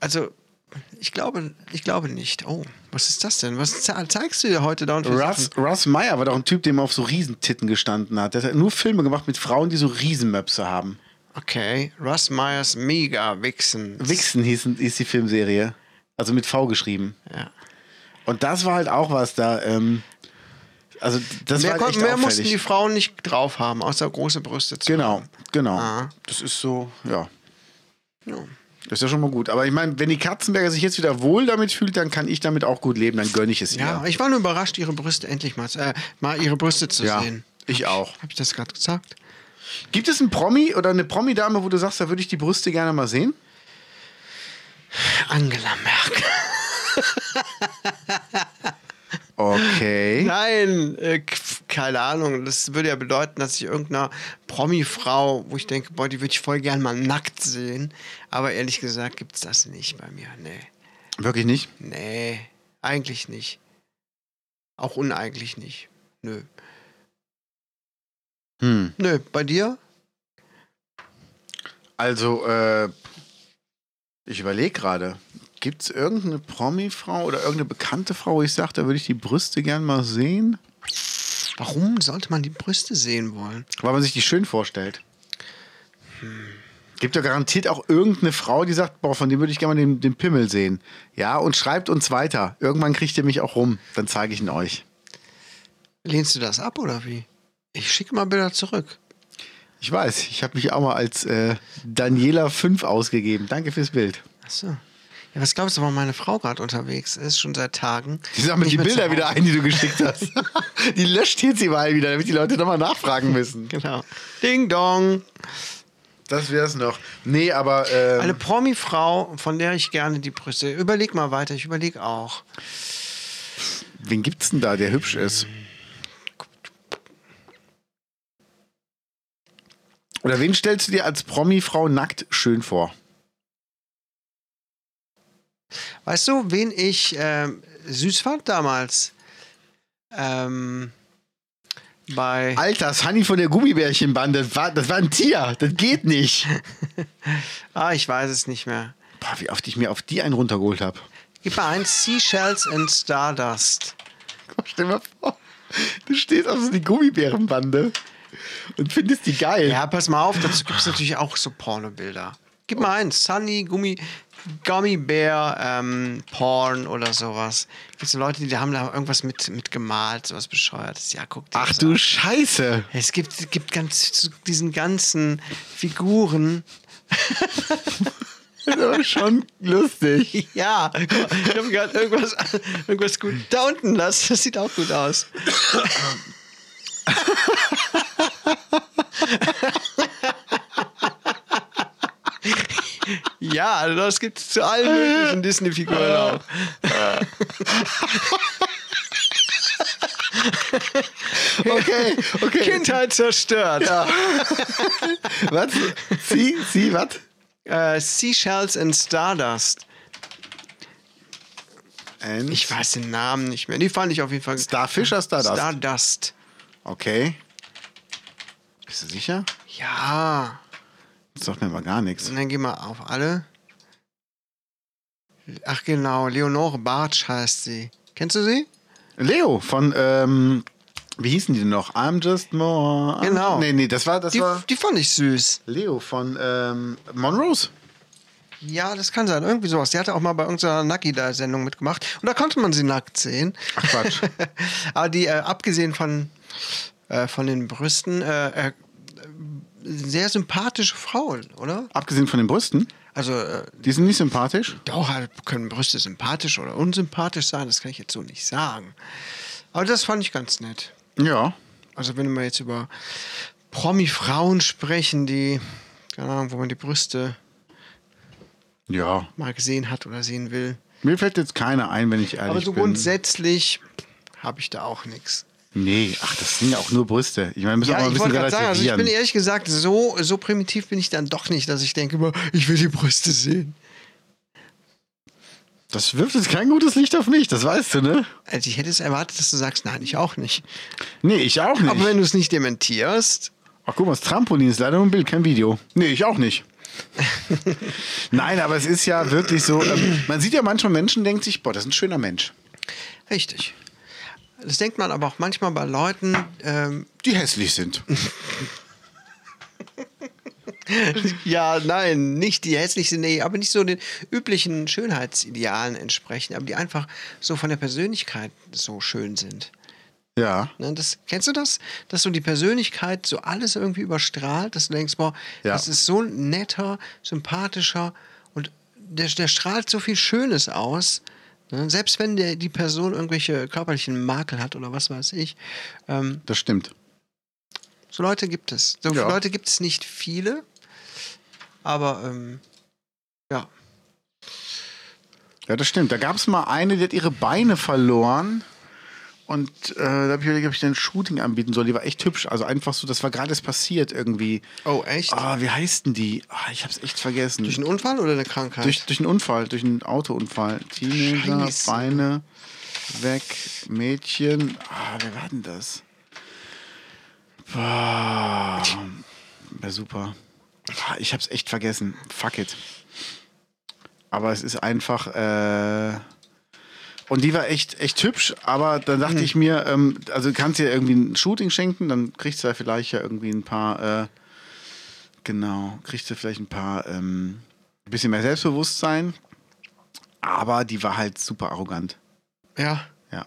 B: also ich glaube, ich glaube nicht. Oh, was ist das denn? Was ze- zeigst du dir heute da und für
A: Russ, Russ Meyer war doch ein Typ, der mal auf so Riesentitten gestanden hat. Der hat nur Filme gemacht mit Frauen, die so Riesenmöpse haben.
B: Okay, Russ Meyers Mega Vixen.
A: Wichsen hieß, hieß die Filmserie. Also mit V geschrieben.
B: Ja.
A: Und das war halt auch was da. Ähm, also das
B: Mehr,
A: war
B: kon-
A: halt echt
B: mehr mussten
A: auffällig.
B: die Frauen nicht drauf haben, außer große Brüste zu
A: Genau, genau.
B: Ah.
A: Das ist so, ja.
B: haben.
A: Das ist ja schon mal gut. Aber ich meine, wenn die Katzenberger sich jetzt wieder wohl damit fühlt, dann kann ich damit auch gut leben. Dann gönne ich es ihr.
B: Ja. ja, ich war nur überrascht, ihre Brüste endlich mal, äh, mal ihre Brüste zu
A: Ja,
B: sehen.
A: ich auch.
B: Hab ich das gerade gesagt?
A: Gibt es einen Promi oder eine Promi-Dame, wo du sagst, da würde ich die Brüste gerne mal sehen?
B: Angela Merkel.
A: Okay.
B: Nein, äh, k- keine Ahnung. Das würde ja bedeuten, dass ich irgendeiner Promi-Frau, wo ich denke, boah, die würde ich voll gern mal nackt sehen. Aber ehrlich gesagt gibt es das nicht bei mir. Nee.
A: Wirklich nicht?
B: Nee, eigentlich nicht. Auch uneigentlich nicht. Nö.
A: Hm.
B: Nö, bei dir?
A: Also, äh, ich überlege gerade, gibt es irgendeine Promi-Frau oder irgendeine bekannte Frau, wo ich sage, da würde ich die Brüste gern mal sehen?
B: Warum sollte man die Brüste sehen wollen?
A: Weil man sich die schön vorstellt. Hm. Gibt ja garantiert auch irgendeine Frau, die sagt, boah, von dem würde ich gerne mal den, den Pimmel sehen. Ja, und schreibt uns weiter. Irgendwann kriegt ihr mich auch rum. Dann zeige ich ihn euch.
B: Lehnst du das ab oder wie? Ich schicke mal Bilder zurück.
A: Ich weiß, ich habe mich auch mal als äh, Daniela 5 ausgegeben. Danke fürs Bild.
B: Achso. Ja, was glaubst du, warum meine Frau gerade unterwegs ist, schon seit Tagen?
A: Die sammelt
B: Nicht
A: die
B: mehr zu
A: Bilder
B: Hause.
A: wieder ein, die du geschickt hast. die löscht jetzt die mal wieder, damit die Leute nochmal nachfragen müssen.
B: Genau. Ding dong.
A: Das wär's noch. Nee, aber. ähm,
B: Eine Promi-Frau, von der ich gerne die Brüste. Überleg mal weiter, ich überleg auch.
A: Wen gibt's denn da, der hübsch ist? Oder wen stellst du dir als Promi-Frau nackt schön vor?
B: Weißt du, wen ich ähm, süß fand damals? Ähm, bei.
A: Alter, das Hanni von der Gummibärchenbande, das war, das war ein Tier, das geht nicht.
B: Ah, ich weiß es nicht mehr.
A: Boah, wie oft ich mir auf die einen runtergeholt habe.
B: Gib mal ein Seashells and Stardust.
A: Stell dir mal vor, du stehst auf so die Gummibärenbande und findest die geil.
B: Ja, pass mal auf, dazu gibt es natürlich auch so Pornobilder. Gib mal eins, Sunny, Gummi, Gummy Bear, ähm, Porn oder sowas. Gibt so Leute, die haben da irgendwas mit, mit gemalt, sowas bescheuertes. Ja, guck dir
A: Ach
B: das
A: du
B: an.
A: Scheiße.
B: Es gibt, es gibt ganz zu diesen ganzen Figuren.
A: Das ist aber schon lustig.
B: Ja, guck mal, ich habe gerade irgendwas, irgendwas gut da unten lassen. Das sieht auch gut aus. Ja, also das gibt es zu allen möglichen Disney-Figuren auch.
A: Okay, okay.
B: Kindheit zerstört.
A: Was? Sie, sie, was?
B: Äh, Seashells and Stardust. Ich weiß den Namen nicht mehr. Die fand ich auf jeden Fall.
A: Starfish oder Stardust?
B: Stardust.
A: Okay. Bist du sicher?
B: Ja.
A: Das sagt mir mal gar nichts.
B: Und dann gehen wir auf alle. Ach genau, Leonore Bartsch heißt sie. Kennst du sie?
A: Leo von, ähm, wie hießen die denn noch? I'm just more. I'm
B: Genau.
A: Nee, nee, das war, das
B: Die,
A: war
B: die fand ich süß.
A: Leo von, ähm, Monrose.
B: Ja, das kann sein. Irgendwie sowas. Die hatte auch mal bei irgendeiner Nacki-Sendung mitgemacht. Und da konnte man sie nackt sehen.
A: Ach Quatsch.
B: Aber die, äh, abgesehen von, äh, von den Brüsten, äh, äh, sehr sympathische Frauen, oder?
A: Abgesehen von den Brüsten.
B: Also, äh,
A: Die sind nicht sympathisch.
B: doch, halt können Brüste sympathisch oder unsympathisch sein. Das kann ich jetzt so nicht sagen. Aber das fand ich ganz nett.
A: Ja.
B: Also wenn wir jetzt über Promi-Frauen sprechen, die, keine Ahnung, wo man die Brüste
A: Ja.
B: mal gesehen hat oder sehen will.
A: Mir fällt jetzt keiner ein, wenn ich ehrlich
B: Aber so
A: bin.
B: grundsätzlich habe ich da auch nichts.
A: Nee, ach, das sind ja auch nur Brüste. Ich meine, müssen wir
B: Ja,
A: mal ein
B: ich
A: bisschen
B: wollte gerade
A: relativieren.
B: sagen, also ich bin ehrlich gesagt, so, so primitiv bin ich dann doch nicht, dass ich denke, immer, ich will die Brüste sehen.
A: das wirft jetzt kein gutes Licht auf mich, das weißt du, ne?
B: Also ich hätte es erwartet, dass du sagst, nein, ich auch nicht.
A: Nee, ich auch nicht.
B: Aber wenn du es nicht dementierst,
A: Ach, guck mal, das Trampolin ist leider nur ein Bild, kein Video. Nee, ich auch nicht. Nein, aber es ist ja wirklich so, ähm, man sieht ja manchmal Menschen, denkt sich, boah, das ist ein schöner Mensch.
B: richtig. Das denkt man aber auch manchmal bei Leuten, ähm,
A: Die hässlich sind.
B: ja, nein, nicht die hässlichste, nee, aber nicht so den üblichen Schönheitsidealen entsprechen, aber die einfach so von der Persönlichkeit so schön sind.
A: Ja.
B: Ne, das, kennst du das? Dass so die Persönlichkeit so alles irgendwie überstrahlt, dass du denkst, boah,
A: Ja.
B: das ist so ein netter, sympathischer und der, der strahlt so viel Schönes aus. Ne? Selbst wenn der, die Person irgendwelche körperlichen Makel hat oder was weiß ich. Ähm,
A: Das stimmt.
B: so Leute gibt es. So
A: Ja.
B: Leute gibt es nicht viele, aber ähm, ja.
A: Ja, das stimmt. Da gab es mal eine, die hat ihre Beine verloren. Und äh, da habe ich überlegt, ob ich den Shooting anbieten soll. Die war echt hübsch. Also einfach so, das war gerade erst passiert irgendwie.
B: Oh, echt?
A: Ah, wie heißt denn die? Ah, ich hab's echt vergessen.
B: Durch einen Unfall oder eine Krankheit?
A: Durch, durch einen Unfall, durch einen Autounfall. Teenager,
B: Scheiße.
A: Beine weg, Mädchen. Ah, wer war denn das? Boah. Wär super. Ah, Ich hab's echt vergessen. Fuck it. Aber es ist einfach. Äh und die war echt, echt hübsch, aber dann dachte ich mir, ähm, also du kannst dir irgendwie ein Shooting schenken, dann kriegst du ja vielleicht ja irgendwie ein paar, äh, genau, kriegst du vielleicht ein paar, ähm, ein bisschen mehr Selbstbewusstsein. Aber die war halt super arrogant,
B: ja.
A: ja.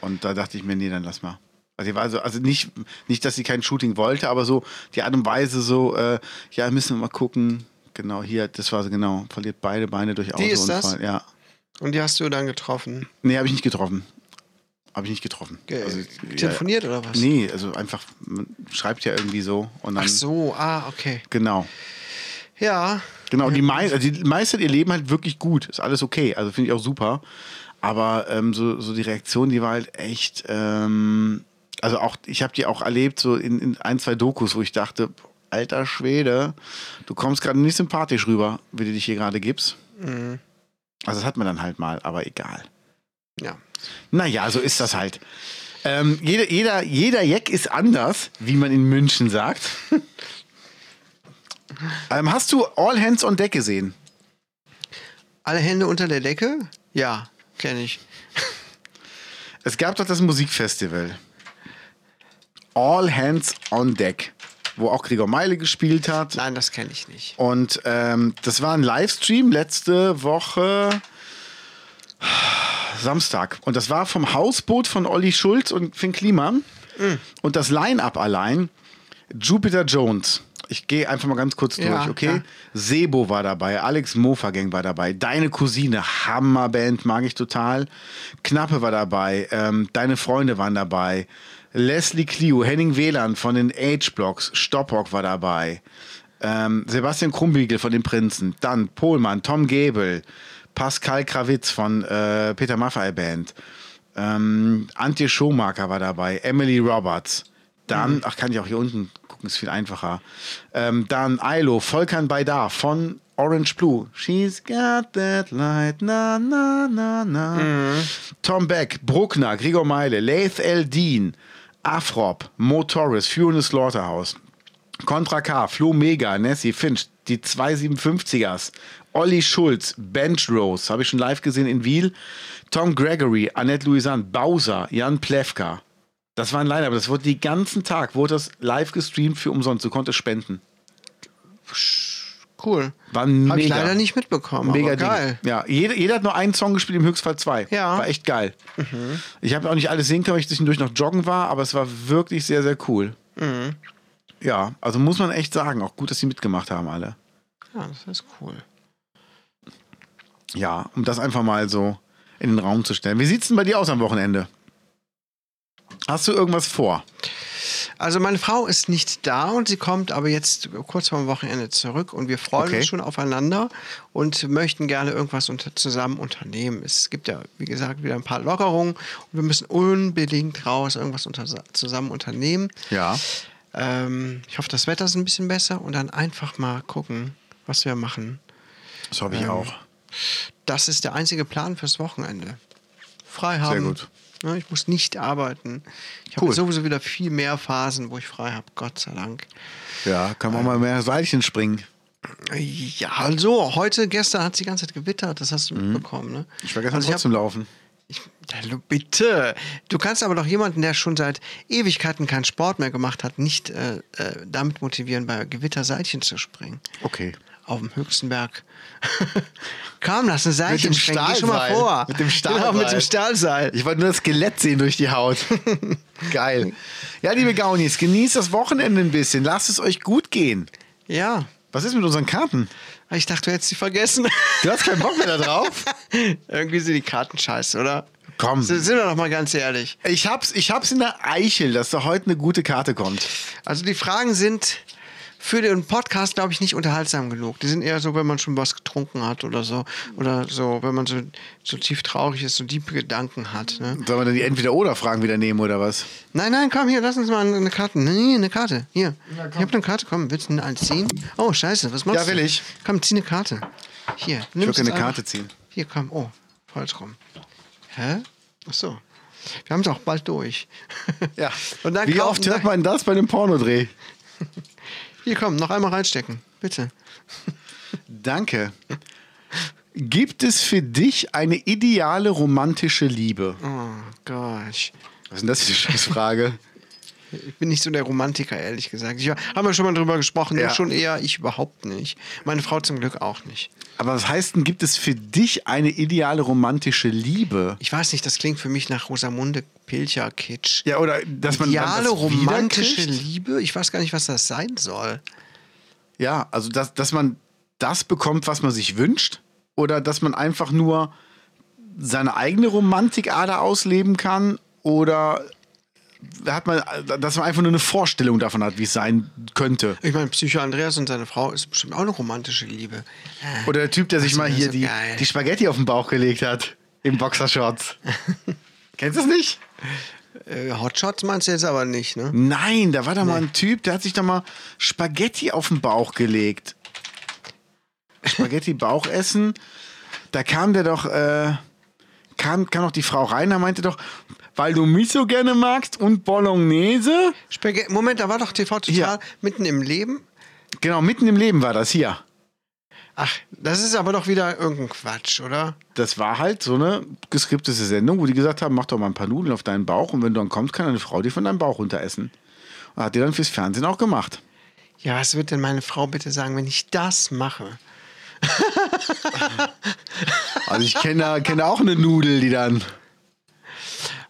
A: Und da dachte ich mir, nee, dann lass mal. Also, die war so, also nicht, nicht, dass sie kein Shooting wollte, aber so die Art und Weise so, äh, ja, müssen wir mal gucken. Genau, hier, das war so, genau, verliert beide Beine durch
B: Die ist das?
A: Autounfall. Ja.
B: Und die hast du dann getroffen?
A: Nee, habe ich nicht getroffen. Habe ich nicht getroffen.
B: Ge
A: Also,
B: telefoniert oder was?
A: Ja, nee, also einfach, man schreibt ja irgendwie so und dann.
B: Ach so, ah, okay.
A: Genau.
B: Ja,
A: Genau, und die, mei also die meistert ihr Leben halt wirklich gut. Ist alles okay. Also finde ich auch super. Aber ähm, so, so die Reaktion, die war halt echt. Ähm, also auch, ich habe die auch erlebt, so in, in ein, zwei Dokus, wo ich dachte, alter Schwede, du kommst gerade nicht sympathisch rüber, wie du dich hier gerade gibst. Also das hat man dann halt mal, aber egal.
B: ja.
A: Naja, so ist das halt. Ähm, jeder, jeder, jeder Jack ist anders, wie man in München sagt. ähm, hast du All Hands on Deck gesehen?
B: Alle Hände unter der Decke? Ja, kenne ich.
A: Es gab doch das Musikfestival. All Hands on Deck, wo auch Gregor Meile gespielt hat.
B: Nein, das kenne ich nicht.
A: Und ähm, das war ein Livestream letzte Woche Samstag. Und das war vom Hausboot von Olli Schulz und Finn Kliman. Und das Line-Up allein, Jupiter Jones. Ich gehe einfach mal ganz kurz
B: Ja,
A: durch, okay?
B: ja.
A: Sebo war dabei, Alex Mofagang war dabei, Deine Cousine, Hammerband, mag ich total. Knappe war dabei, ähm, Deine Freunde waren dabei, Leslie Clio, Henning WLAN von den H-Blocks, Stoppock war dabei, ähm, Sebastian Krumbiegel von den Prinzen, dann Pohlmann, Tom Gebel, Pascal Krawitz von äh, Peter Maffay Band, ähm, Antje Schomaker war dabei, Emily Roberts. Dann, ach, kann ich auch hier unten gucken, ist viel einfacher. Ähm, dann Ailo, Volkan Baidar von Orange Blue. She's got that light, na, na, na, na. Tom Beck, Bruckner, Gregor Meile, Laith L. Dean, Afrop, Motoris, Fury Slaughterhouse. Contra K, Flo Mega, Nessie Finch, die 257ers, Olli Schulz, Bench Rose, habe ich schon live gesehen in Wiel, Tom Gregory, Annette Louisanne, Bowser, Jan Plewka. Das war ein Line-Up, das wurde den ganzen Tag, wurde das live gestreamt für umsonst, du konntest spenden.
B: Cool.
A: War mega.
B: Hab ich leider nicht mitbekommen,
A: Mega
B: aber geil.
A: Ding. Ja, jeder, jeder hat nur einen Song gespielt, im Höchstfall zwei.
B: Ja. Mhm.
A: War echt geil. Ich habe auch nicht alles singen können, weil ich zwischendurch noch joggen war, aber es war wirklich sehr, sehr cool.
B: Mhm.
A: Ja, also muss man echt sagen, auch gut, dass sie mitgemacht haben alle.
B: Ja, das ist cool.
A: Ja, um das einfach mal so in den Raum zu stellen. Wie sieht's denn bei dir aus am Wochenende? Hast du irgendwas vor?
B: Also meine Frau ist nicht da und sie kommt aber jetzt kurz vorm Wochenende zurück und wir freuen
A: Okay.
B: uns schon aufeinander und möchten gerne irgendwas unter, zusammen unternehmen. Es gibt ja, wie gesagt, wieder ein paar Lockerungen und wir müssen unbedingt raus irgendwas unter, zusammen unternehmen.
A: Ja.
B: Ähm, ich hoffe, das Wetter ist ein bisschen besser und dann einfach mal gucken, was wir machen.
A: Das habe ich auch.
B: Das ist der einzige Plan fürs Wochenende. Frei haben.
A: Sehr gut.
B: Ne, Ich muss nicht arbeiten. Ich habe
A: Cool.
B: sowieso wieder viel mehr Phasen, wo ich frei habe, Gott sei Dank.
A: Ja, kann man mal mehr Seilchen springen.
B: Ja, also heute, gestern hat es die ganze Zeit gewittert, das hast du mitbekommen, ne?
A: Mhm. Ich war gestern
B: also ich hab-
A: trotzdem laufen.
B: Ich, hallo, bitte. Du kannst aber doch jemanden, der schon seit Ewigkeiten keinen Sport mehr gemacht hat, nicht äh, äh, damit motivieren, bei Gewitter Seilchen zu springen.
A: Okay.
B: Auf dem höchsten Berg. Komm, lass ein Seilchen
A: dem
B: springen. Geh schon mal
A: Stahlseil.
B: vor.
A: Mit dem
B: Genau, mit
A: Stahlseil.
B: dem Stahlseil.
A: Ich wollte nur das Skelett sehen durch die Haut. Geil. Ja, liebe Gaunis, genießt das Wochenende ein bisschen. Lasst es euch gut gehen.
B: Ja.
A: Was ist mit unseren Karten?
B: Ich dachte, du hättest sie vergessen.
A: Du hast keinen Bock mehr da drauf?
B: Irgendwie sind die Karten scheiße, oder?
A: Komm.
B: Sind sind wir doch mal ganz ehrlich.
A: Ich hab's, ich hab's in der Eichel, dass da heute eine gute Karte kommt.
B: Also die Fragen sind für den Podcast, glaube ich, nicht unterhaltsam genug. Die sind eher so, wenn man schon was getrunken hat oder so. Oder so, wenn man so, so tief traurig ist, so tiefe Gedanken hat. Ne?
A: Sollen wir dann die Entweder-Oder-Fragen wieder nehmen oder was?
B: Nein, nein, komm hier, lass uns mal eine Karte. Nee, eine Karte. Hier. ich habe eine Karte. Komm, willst du eine eins ziehen? Oh, scheiße, was machst
A: Ja,
B: du?
A: will ich.
B: Komm, zieh eine Karte. Hier, nimm
A: würde eine Karte ziehen.
B: Hier, komm. Oh, falsch rum. Hä? Ach so. Wir haben es auch bald durch. Und dann
A: Wie
B: kaufen-
A: oft hört man das bei einem Pornodreh?
B: Hier, komm, noch einmal reinstecken. Bitte.
A: Danke. Gibt es für dich eine ideale romantische Liebe?
B: Oh Gott.
A: Was ist denn das für eine Scheißfrage?
B: Ich bin nicht so der Romantiker, ehrlich gesagt. Ich war, haben wir schon mal drüber gesprochen.
A: Ja.
B: Ja. Schon eher, ich überhaupt nicht. Meine Frau zum Glück auch nicht.
A: Aber was heißt denn, gibt es für dich eine ideale romantische Liebe?
B: Ich weiß nicht, das klingt für mich nach Rosamunde Pilcher-Kitsch.
A: Ja, oder dass man dann
B: Ideale
A: das
B: romantische
A: wiederkriegt?
B: Liebe? Ich weiß gar nicht, was das sein soll.
A: Ja, also dass, dass man das bekommt, was man sich wünscht, oder dass man einfach nur seine eigene Romantikader ausleben kann, oder hat man, dass man einfach nur eine Vorstellung davon hat, wie es sein könnte.
B: Ich meine, Psycho Andreas und seine Frau ist bestimmt auch eine romantische Liebe.
A: Oder der Typ, der sich
B: Das
A: mal
B: ist
A: hier
B: so
A: die,
B: geil.
A: die Spaghetti auf den Bauch gelegt hat. Im Boxershorts. Kennst du das nicht?
B: Äh, Hotshots meinst du jetzt aber nicht, ne?
A: Nein, da war da mal ein Typ, der hat sich doch mal Spaghetti auf den Bauch gelegt. Spaghetti Bauchessen. Da kam der doch, äh, kam, kam doch die Frau rein, da meinte doch, weil du mich so gerne magst und Bolognese.
B: Spaghetti. Moment, da war doch TV total
A: Ja.
B: mitten im Leben.
A: Genau, mitten im Leben war das hier.
B: Ach, das ist aber doch wieder irgendein Quatsch, oder?
A: Das war halt so eine geskriptete Sendung, wo die gesagt haben, mach doch mal ein paar Nudeln auf deinen Bauch und wenn du dann kommst, kann deine Frau die von deinem Bauch runter essen. Und hat die dann fürs Fernsehen auch gemacht.
B: Ja, was wird denn meine Frau bitte sagen, wenn ich das mache?
A: Also ich kenne da, kenn da auch eine Nudel, die dann...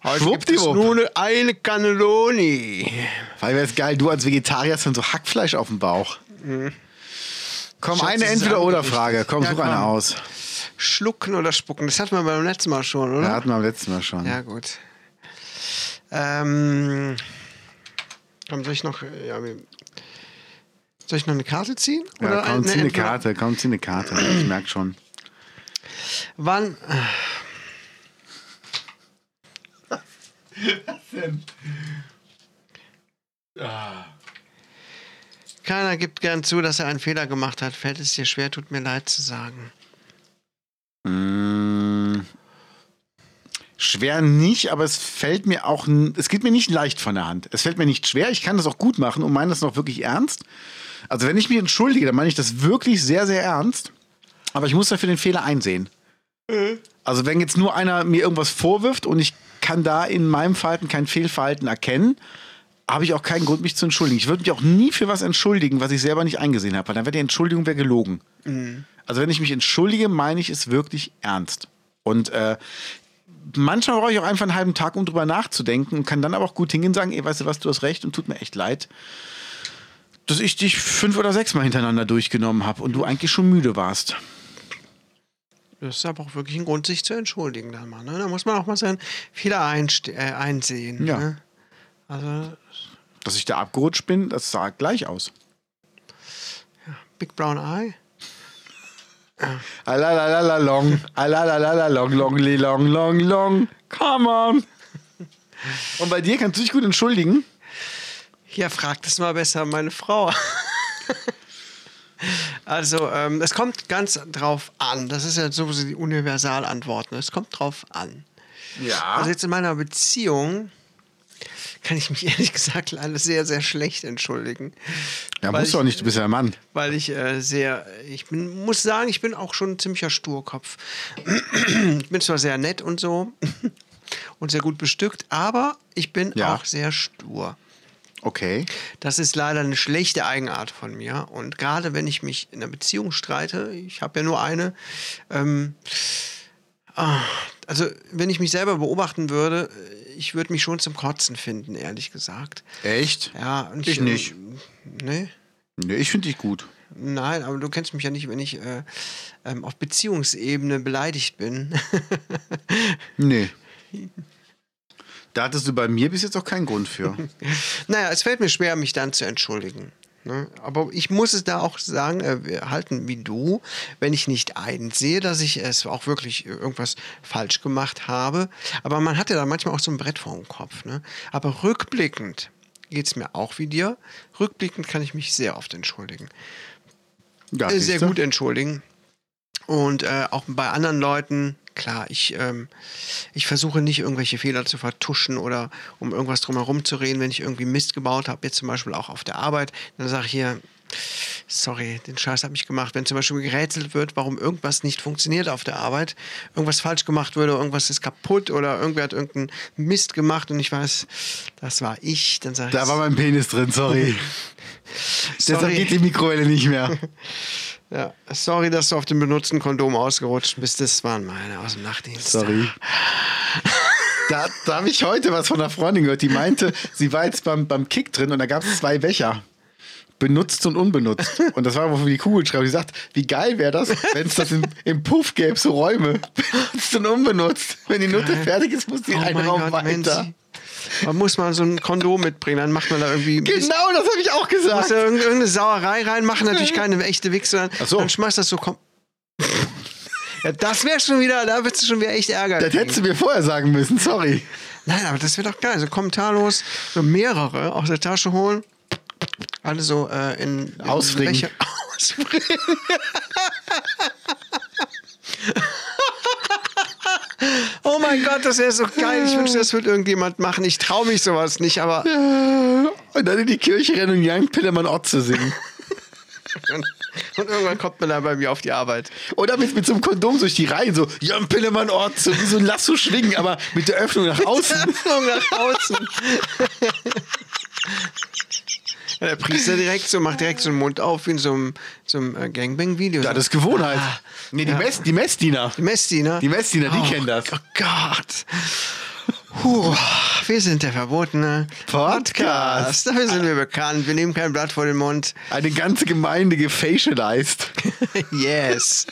B: Heute
A: Schwuppdiwupp.
B: gibt's nur eine, eine Cannelloni.
A: Weil wäre es geil, du als Vegetarier hast dann so Hackfleisch auf dem Bauch. Komm,
B: Schatz,
A: eine
B: das ist
A: Entweder-Oder-Frage.
B: angerichtet.
A: Komm,
B: Ja,
A: such eine
B: komm.
A: aus.
B: Schlucken oder spucken, das hatten wir beim letzten Mal schon,
A: Da
B: oder?
A: hatten wir am letzten Mal schon.
B: Ja, gut. Ähm, komm, soll ich noch, äh, ja, wir- soll ich noch eine Karte ziehen?
A: Ja, komm, zieh eine
B: Entweder-
A: Karte. Komm, zieh eine Karte. Ich merke schon.
B: Wann? Keiner gibt gern zu, dass er einen Fehler gemacht hat. Fällt es dir schwer, tut mir leid zu sagen.
A: Mm. Schwer nicht, aber es fällt mir auch, n- es geht mir nicht leicht von der Hand. Es fällt mir nicht schwer, ich kann das auch gut machen und meine das noch wirklich ernst. Also wenn ich mich entschuldige, dann meine ich das wirklich sehr, sehr ernst. Aber ich muss dafür den Fehler einsehen. Also wenn jetzt nur einer mir irgendwas vorwirft und ich kann da in meinem Verhalten kein Fehlverhalten erkennen, habe ich auch keinen Grund, mich zu entschuldigen. Ich würde mich auch nie für was entschuldigen, was ich selber nicht eingesehen habe, weil dann wäre die Entschuldigung wär gelogen. Also wenn ich mich entschuldige, meine ich es wirklich ernst. Und äh, manchmal brauche ich auch einfach einen halben Tag, um drüber nachzudenken und kann dann aber auch gut hingehen und sagen, ey, weißt du was, du hast recht und tut mir echt leid, dass ich dich fünf oder sechs Mal hintereinander durchgenommen habe und du eigentlich schon müde warst.
B: Das ist aber auch wirklich ein Grund, sich zu entschuldigen dann mal. Ne? Da muss man auch mal seinen Fehler einste- äh, einsehen.
A: Ja.
B: Ne? Also
A: Dass ich da abgerutscht bin, das sah gleich aus.
B: Big Brown Eye.
A: Alalalalong, alalalalong, long, li, long, long, long, come on. Und bei dir kannst du dich gut entschuldigen.
B: Ja, frag das mal besser meine Frau. Also, ähm, es kommt ganz drauf an. Das ist ja sowieso die Universalantwort. Ne? Es kommt drauf an.
A: Ja.
B: Also jetzt in meiner Beziehung kann ich mich ehrlich gesagt leider sehr, sehr schlecht entschuldigen.
A: Ja,
B: Weil
A: musst du
B: ich-
A: auch nicht, du bist ja ein Mann.
B: Weil ich äh, sehr, ich bin, muss sagen, ich bin auch schon ein ziemlicher Sturkopf. ich bin zwar sehr nett und so und sehr gut bestückt, aber ich bin
A: Ja.
B: auch sehr stur.
A: Okay.
B: Das ist leider eine schlechte Eigenart von mir. Und gerade wenn ich mich in einer Beziehung streite, ich habe ja nur eine, ähm, ah, also wenn ich mich selber beobachten würde, ich würde mich schon zum Kotzen finden, ehrlich gesagt.
A: Echt?
B: Ja, und
A: Ich
B: ähm,
A: nicht.
B: Nee.
A: Nee, ich finde dich gut.
B: Nein, aber du kennst mich ja nicht, wenn ich äh, ähm, auf Beziehungsebene beleidigt bin.
A: Nee. Da hattest du bei mir bis jetzt auch keinen Grund für.
B: naja, es fällt mir schwer, mich dann zu entschuldigen. Ne? Aber ich muss es da auch sagen, äh, wir halten wie du, wenn ich nicht einsehe, dass ich es auch wirklich irgendwas falsch gemacht habe. Aber man hat ja da manchmal auch so ein Brett vorm Kopf. Ne? Aber rückblickend geht es mir auch wie dir. Rückblickend kann ich mich sehr oft entschuldigen.
A: Ja,
B: äh, sehr
A: siehste?
B: gut entschuldigen. Und äh, auch bei anderen Leuten, klar, ich, ähm, ich versuche nicht irgendwelche Fehler zu vertuschen oder um irgendwas drumherum zu reden, wenn ich irgendwie Mist gebaut habe, jetzt zum Beispiel auch auf der Arbeit, dann sage ich hier, sorry, den Scheiß habe ich gemacht. Wenn zum Beispiel gerätselt wird, warum irgendwas nicht funktioniert auf der Arbeit, irgendwas falsch gemacht wurde, irgendwas ist kaputt oder irgendwer hat irgendeinen Mist gemacht und ich weiß, das war ich, dann sage ich,
A: Da war mein Penis drin, sorry. Deshalb
B: Sorry.
A: geht die Mikrowelle nicht mehr.
B: Ja, sorry, dass du auf dem benutzten Kondom ausgerutscht bist. Das waren meine aus dem Nachtdienst.
A: Sorry. Da, da habe ich heute was von einer Freundin gehört, die meinte, sie war jetzt beim, beim Kick drin und da gab es zwei Becher. Benutzt und unbenutzt. Und das war, wofür die Kugel schreibt. Die sagt, wie geil wäre das, wenn es das im, im Puff gäbe, so Räume. Benutzt und unbenutzt. Wenn die Note fertig ist, muss die
B: Oh
A: einen
B: mein
A: Raum
B: Gott,
A: weiter.
B: Menzi. Man muss mal so ein Kondom mitbringen, dann macht man da irgendwie.
A: Genau, das habe ich auch
B: Muss
A: gesagt.
B: da irgend- irgendeine Sauerei reinmachen, natürlich keine echte Wichse, dann,
A: Ach so.
B: dann schmeißt das so. Kom ja, das wäre schon wieder, da würdest du schon wieder echt Ärger.
A: Das
B: kriegen.
A: hättest du mir vorher sagen müssen, sorry.
B: Nein, aber das wäre doch geil. So kommentarlos, so mehrere aus der Tasche holen. Alle so äh, in, in
A: Ausfringen.
B: Becher- Ausfringen. oh mein Gott, das wäre so geil. Ich wünsche, das wird irgendjemand machen. Ich traue mich sowas nicht, aber
A: Und dann in die Kirche rennen und Young Pillermann Otze singen.
B: und, irgendwann kommt man da bei mir auf die Arbeit.
A: Oder mit, mit so einem Kondom durch die Reihen, so Jan Pillemann Otze, wie so ein Lasso schwingen, aber mit der Öffnung nach außen.
B: Öffnung nach außen. Ja, der Priester direkt so macht direkt so den Mund auf wie in so einem, so einem äh, Gangbang-Video.
A: Ja, das ist Gewohnheit. Nee, die, Mess, die Messdiener.
B: Die Messdiener?
A: Die Messdiener, die
B: Ah. oh,
A: kennen das.
B: Oh Gott. Puh, wir sind der verbotene
A: Podcast.
B: Podcast. Dafür sind wir bekannt. Wir nehmen kein Blatt vor den Mund.
A: Eine ganze Gemeinde gefacialized.
B: yes.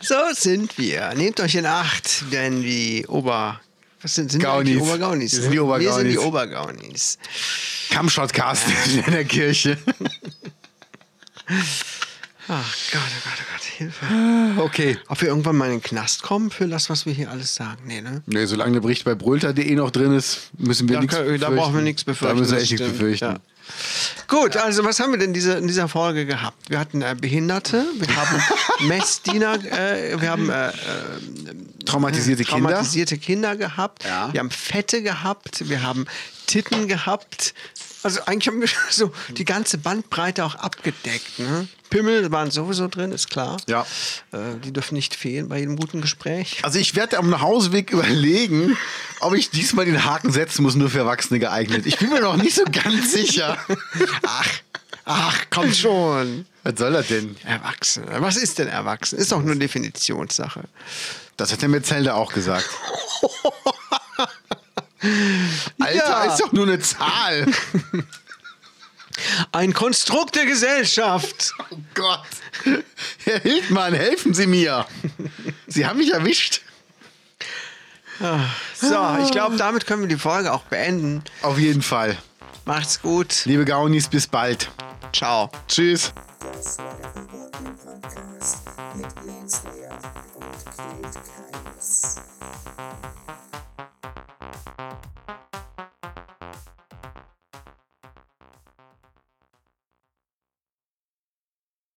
B: So sind wir. Nehmt euch in Acht, denn die Ober... Was sind, sind wir eigentlich
A: Gaunis.
B: die
A: Wir
B: Obergaunis? ne?
A: sind die
B: Wir sind die
A: Obergaunis.
B: Obergaunis.
A: Kamshotcast in der Kirche.
B: Ach Gott, oh Gott, oh Gott, Hilfe.
A: Okay.
B: Ob wir irgendwann mal in den Knast kommen für das, was wir hier alles sagen? Nee, ne?
A: Nee, solange der Bericht bei brülter.de noch drin ist, müssen wir
B: Da,
A: nichts
B: können, da
A: befürchten.
B: brauchen wir nichts befürchten.
A: Da müssen wir
B: das
A: echt nichts
B: stimmt,
A: befürchten.
B: ja. Gut, also was haben wir denn diese, in dieser Folge gehabt? Wir hatten äh, Behinderte, wir haben Messdiener, äh, wir haben äh, äh,
A: Traumatisierte Kinder.
B: traumatisierte Kinder gehabt,
A: Ja.
B: wir haben Fette gehabt, wir haben Titten gehabt. Also eigentlich haben wir so die ganze Bandbreite auch abgedeckt. Ne? Pimmel waren sowieso drin, ist klar.
A: Ja.
B: Äh, die dürfen nicht fehlen bei jedem guten Gespräch.
A: Also ich werde am Hausweg überlegen, ob ich diesmal den Haken setzen muss, nur für Erwachsene geeignet. Ich bin mir noch nicht so ganz sicher.
B: Ach, ach, komm schon.
A: Was soll das denn?
B: Erwachsen. Was ist denn erwachsen? Ist doch nur Definitionssache.
A: Das hat der Metzelder auch gesagt. Alter,
B: Ja.
A: ist doch nur eine Zahl.
B: Ein Konstrukt der Gesellschaft.
A: Oh Gott. Herr Hildmann, helfen Sie mir. Sie haben mich erwischt.
B: So, ich glaube, damit können wir die Folge auch beenden.
A: Auf jeden Fall.
B: Macht's gut.
A: Liebe Gaunis, bis bald.
B: Ciao.
A: Tschüss.
D: Das war der verbotene Podcast mit Jens Lehr und Knut Kreis.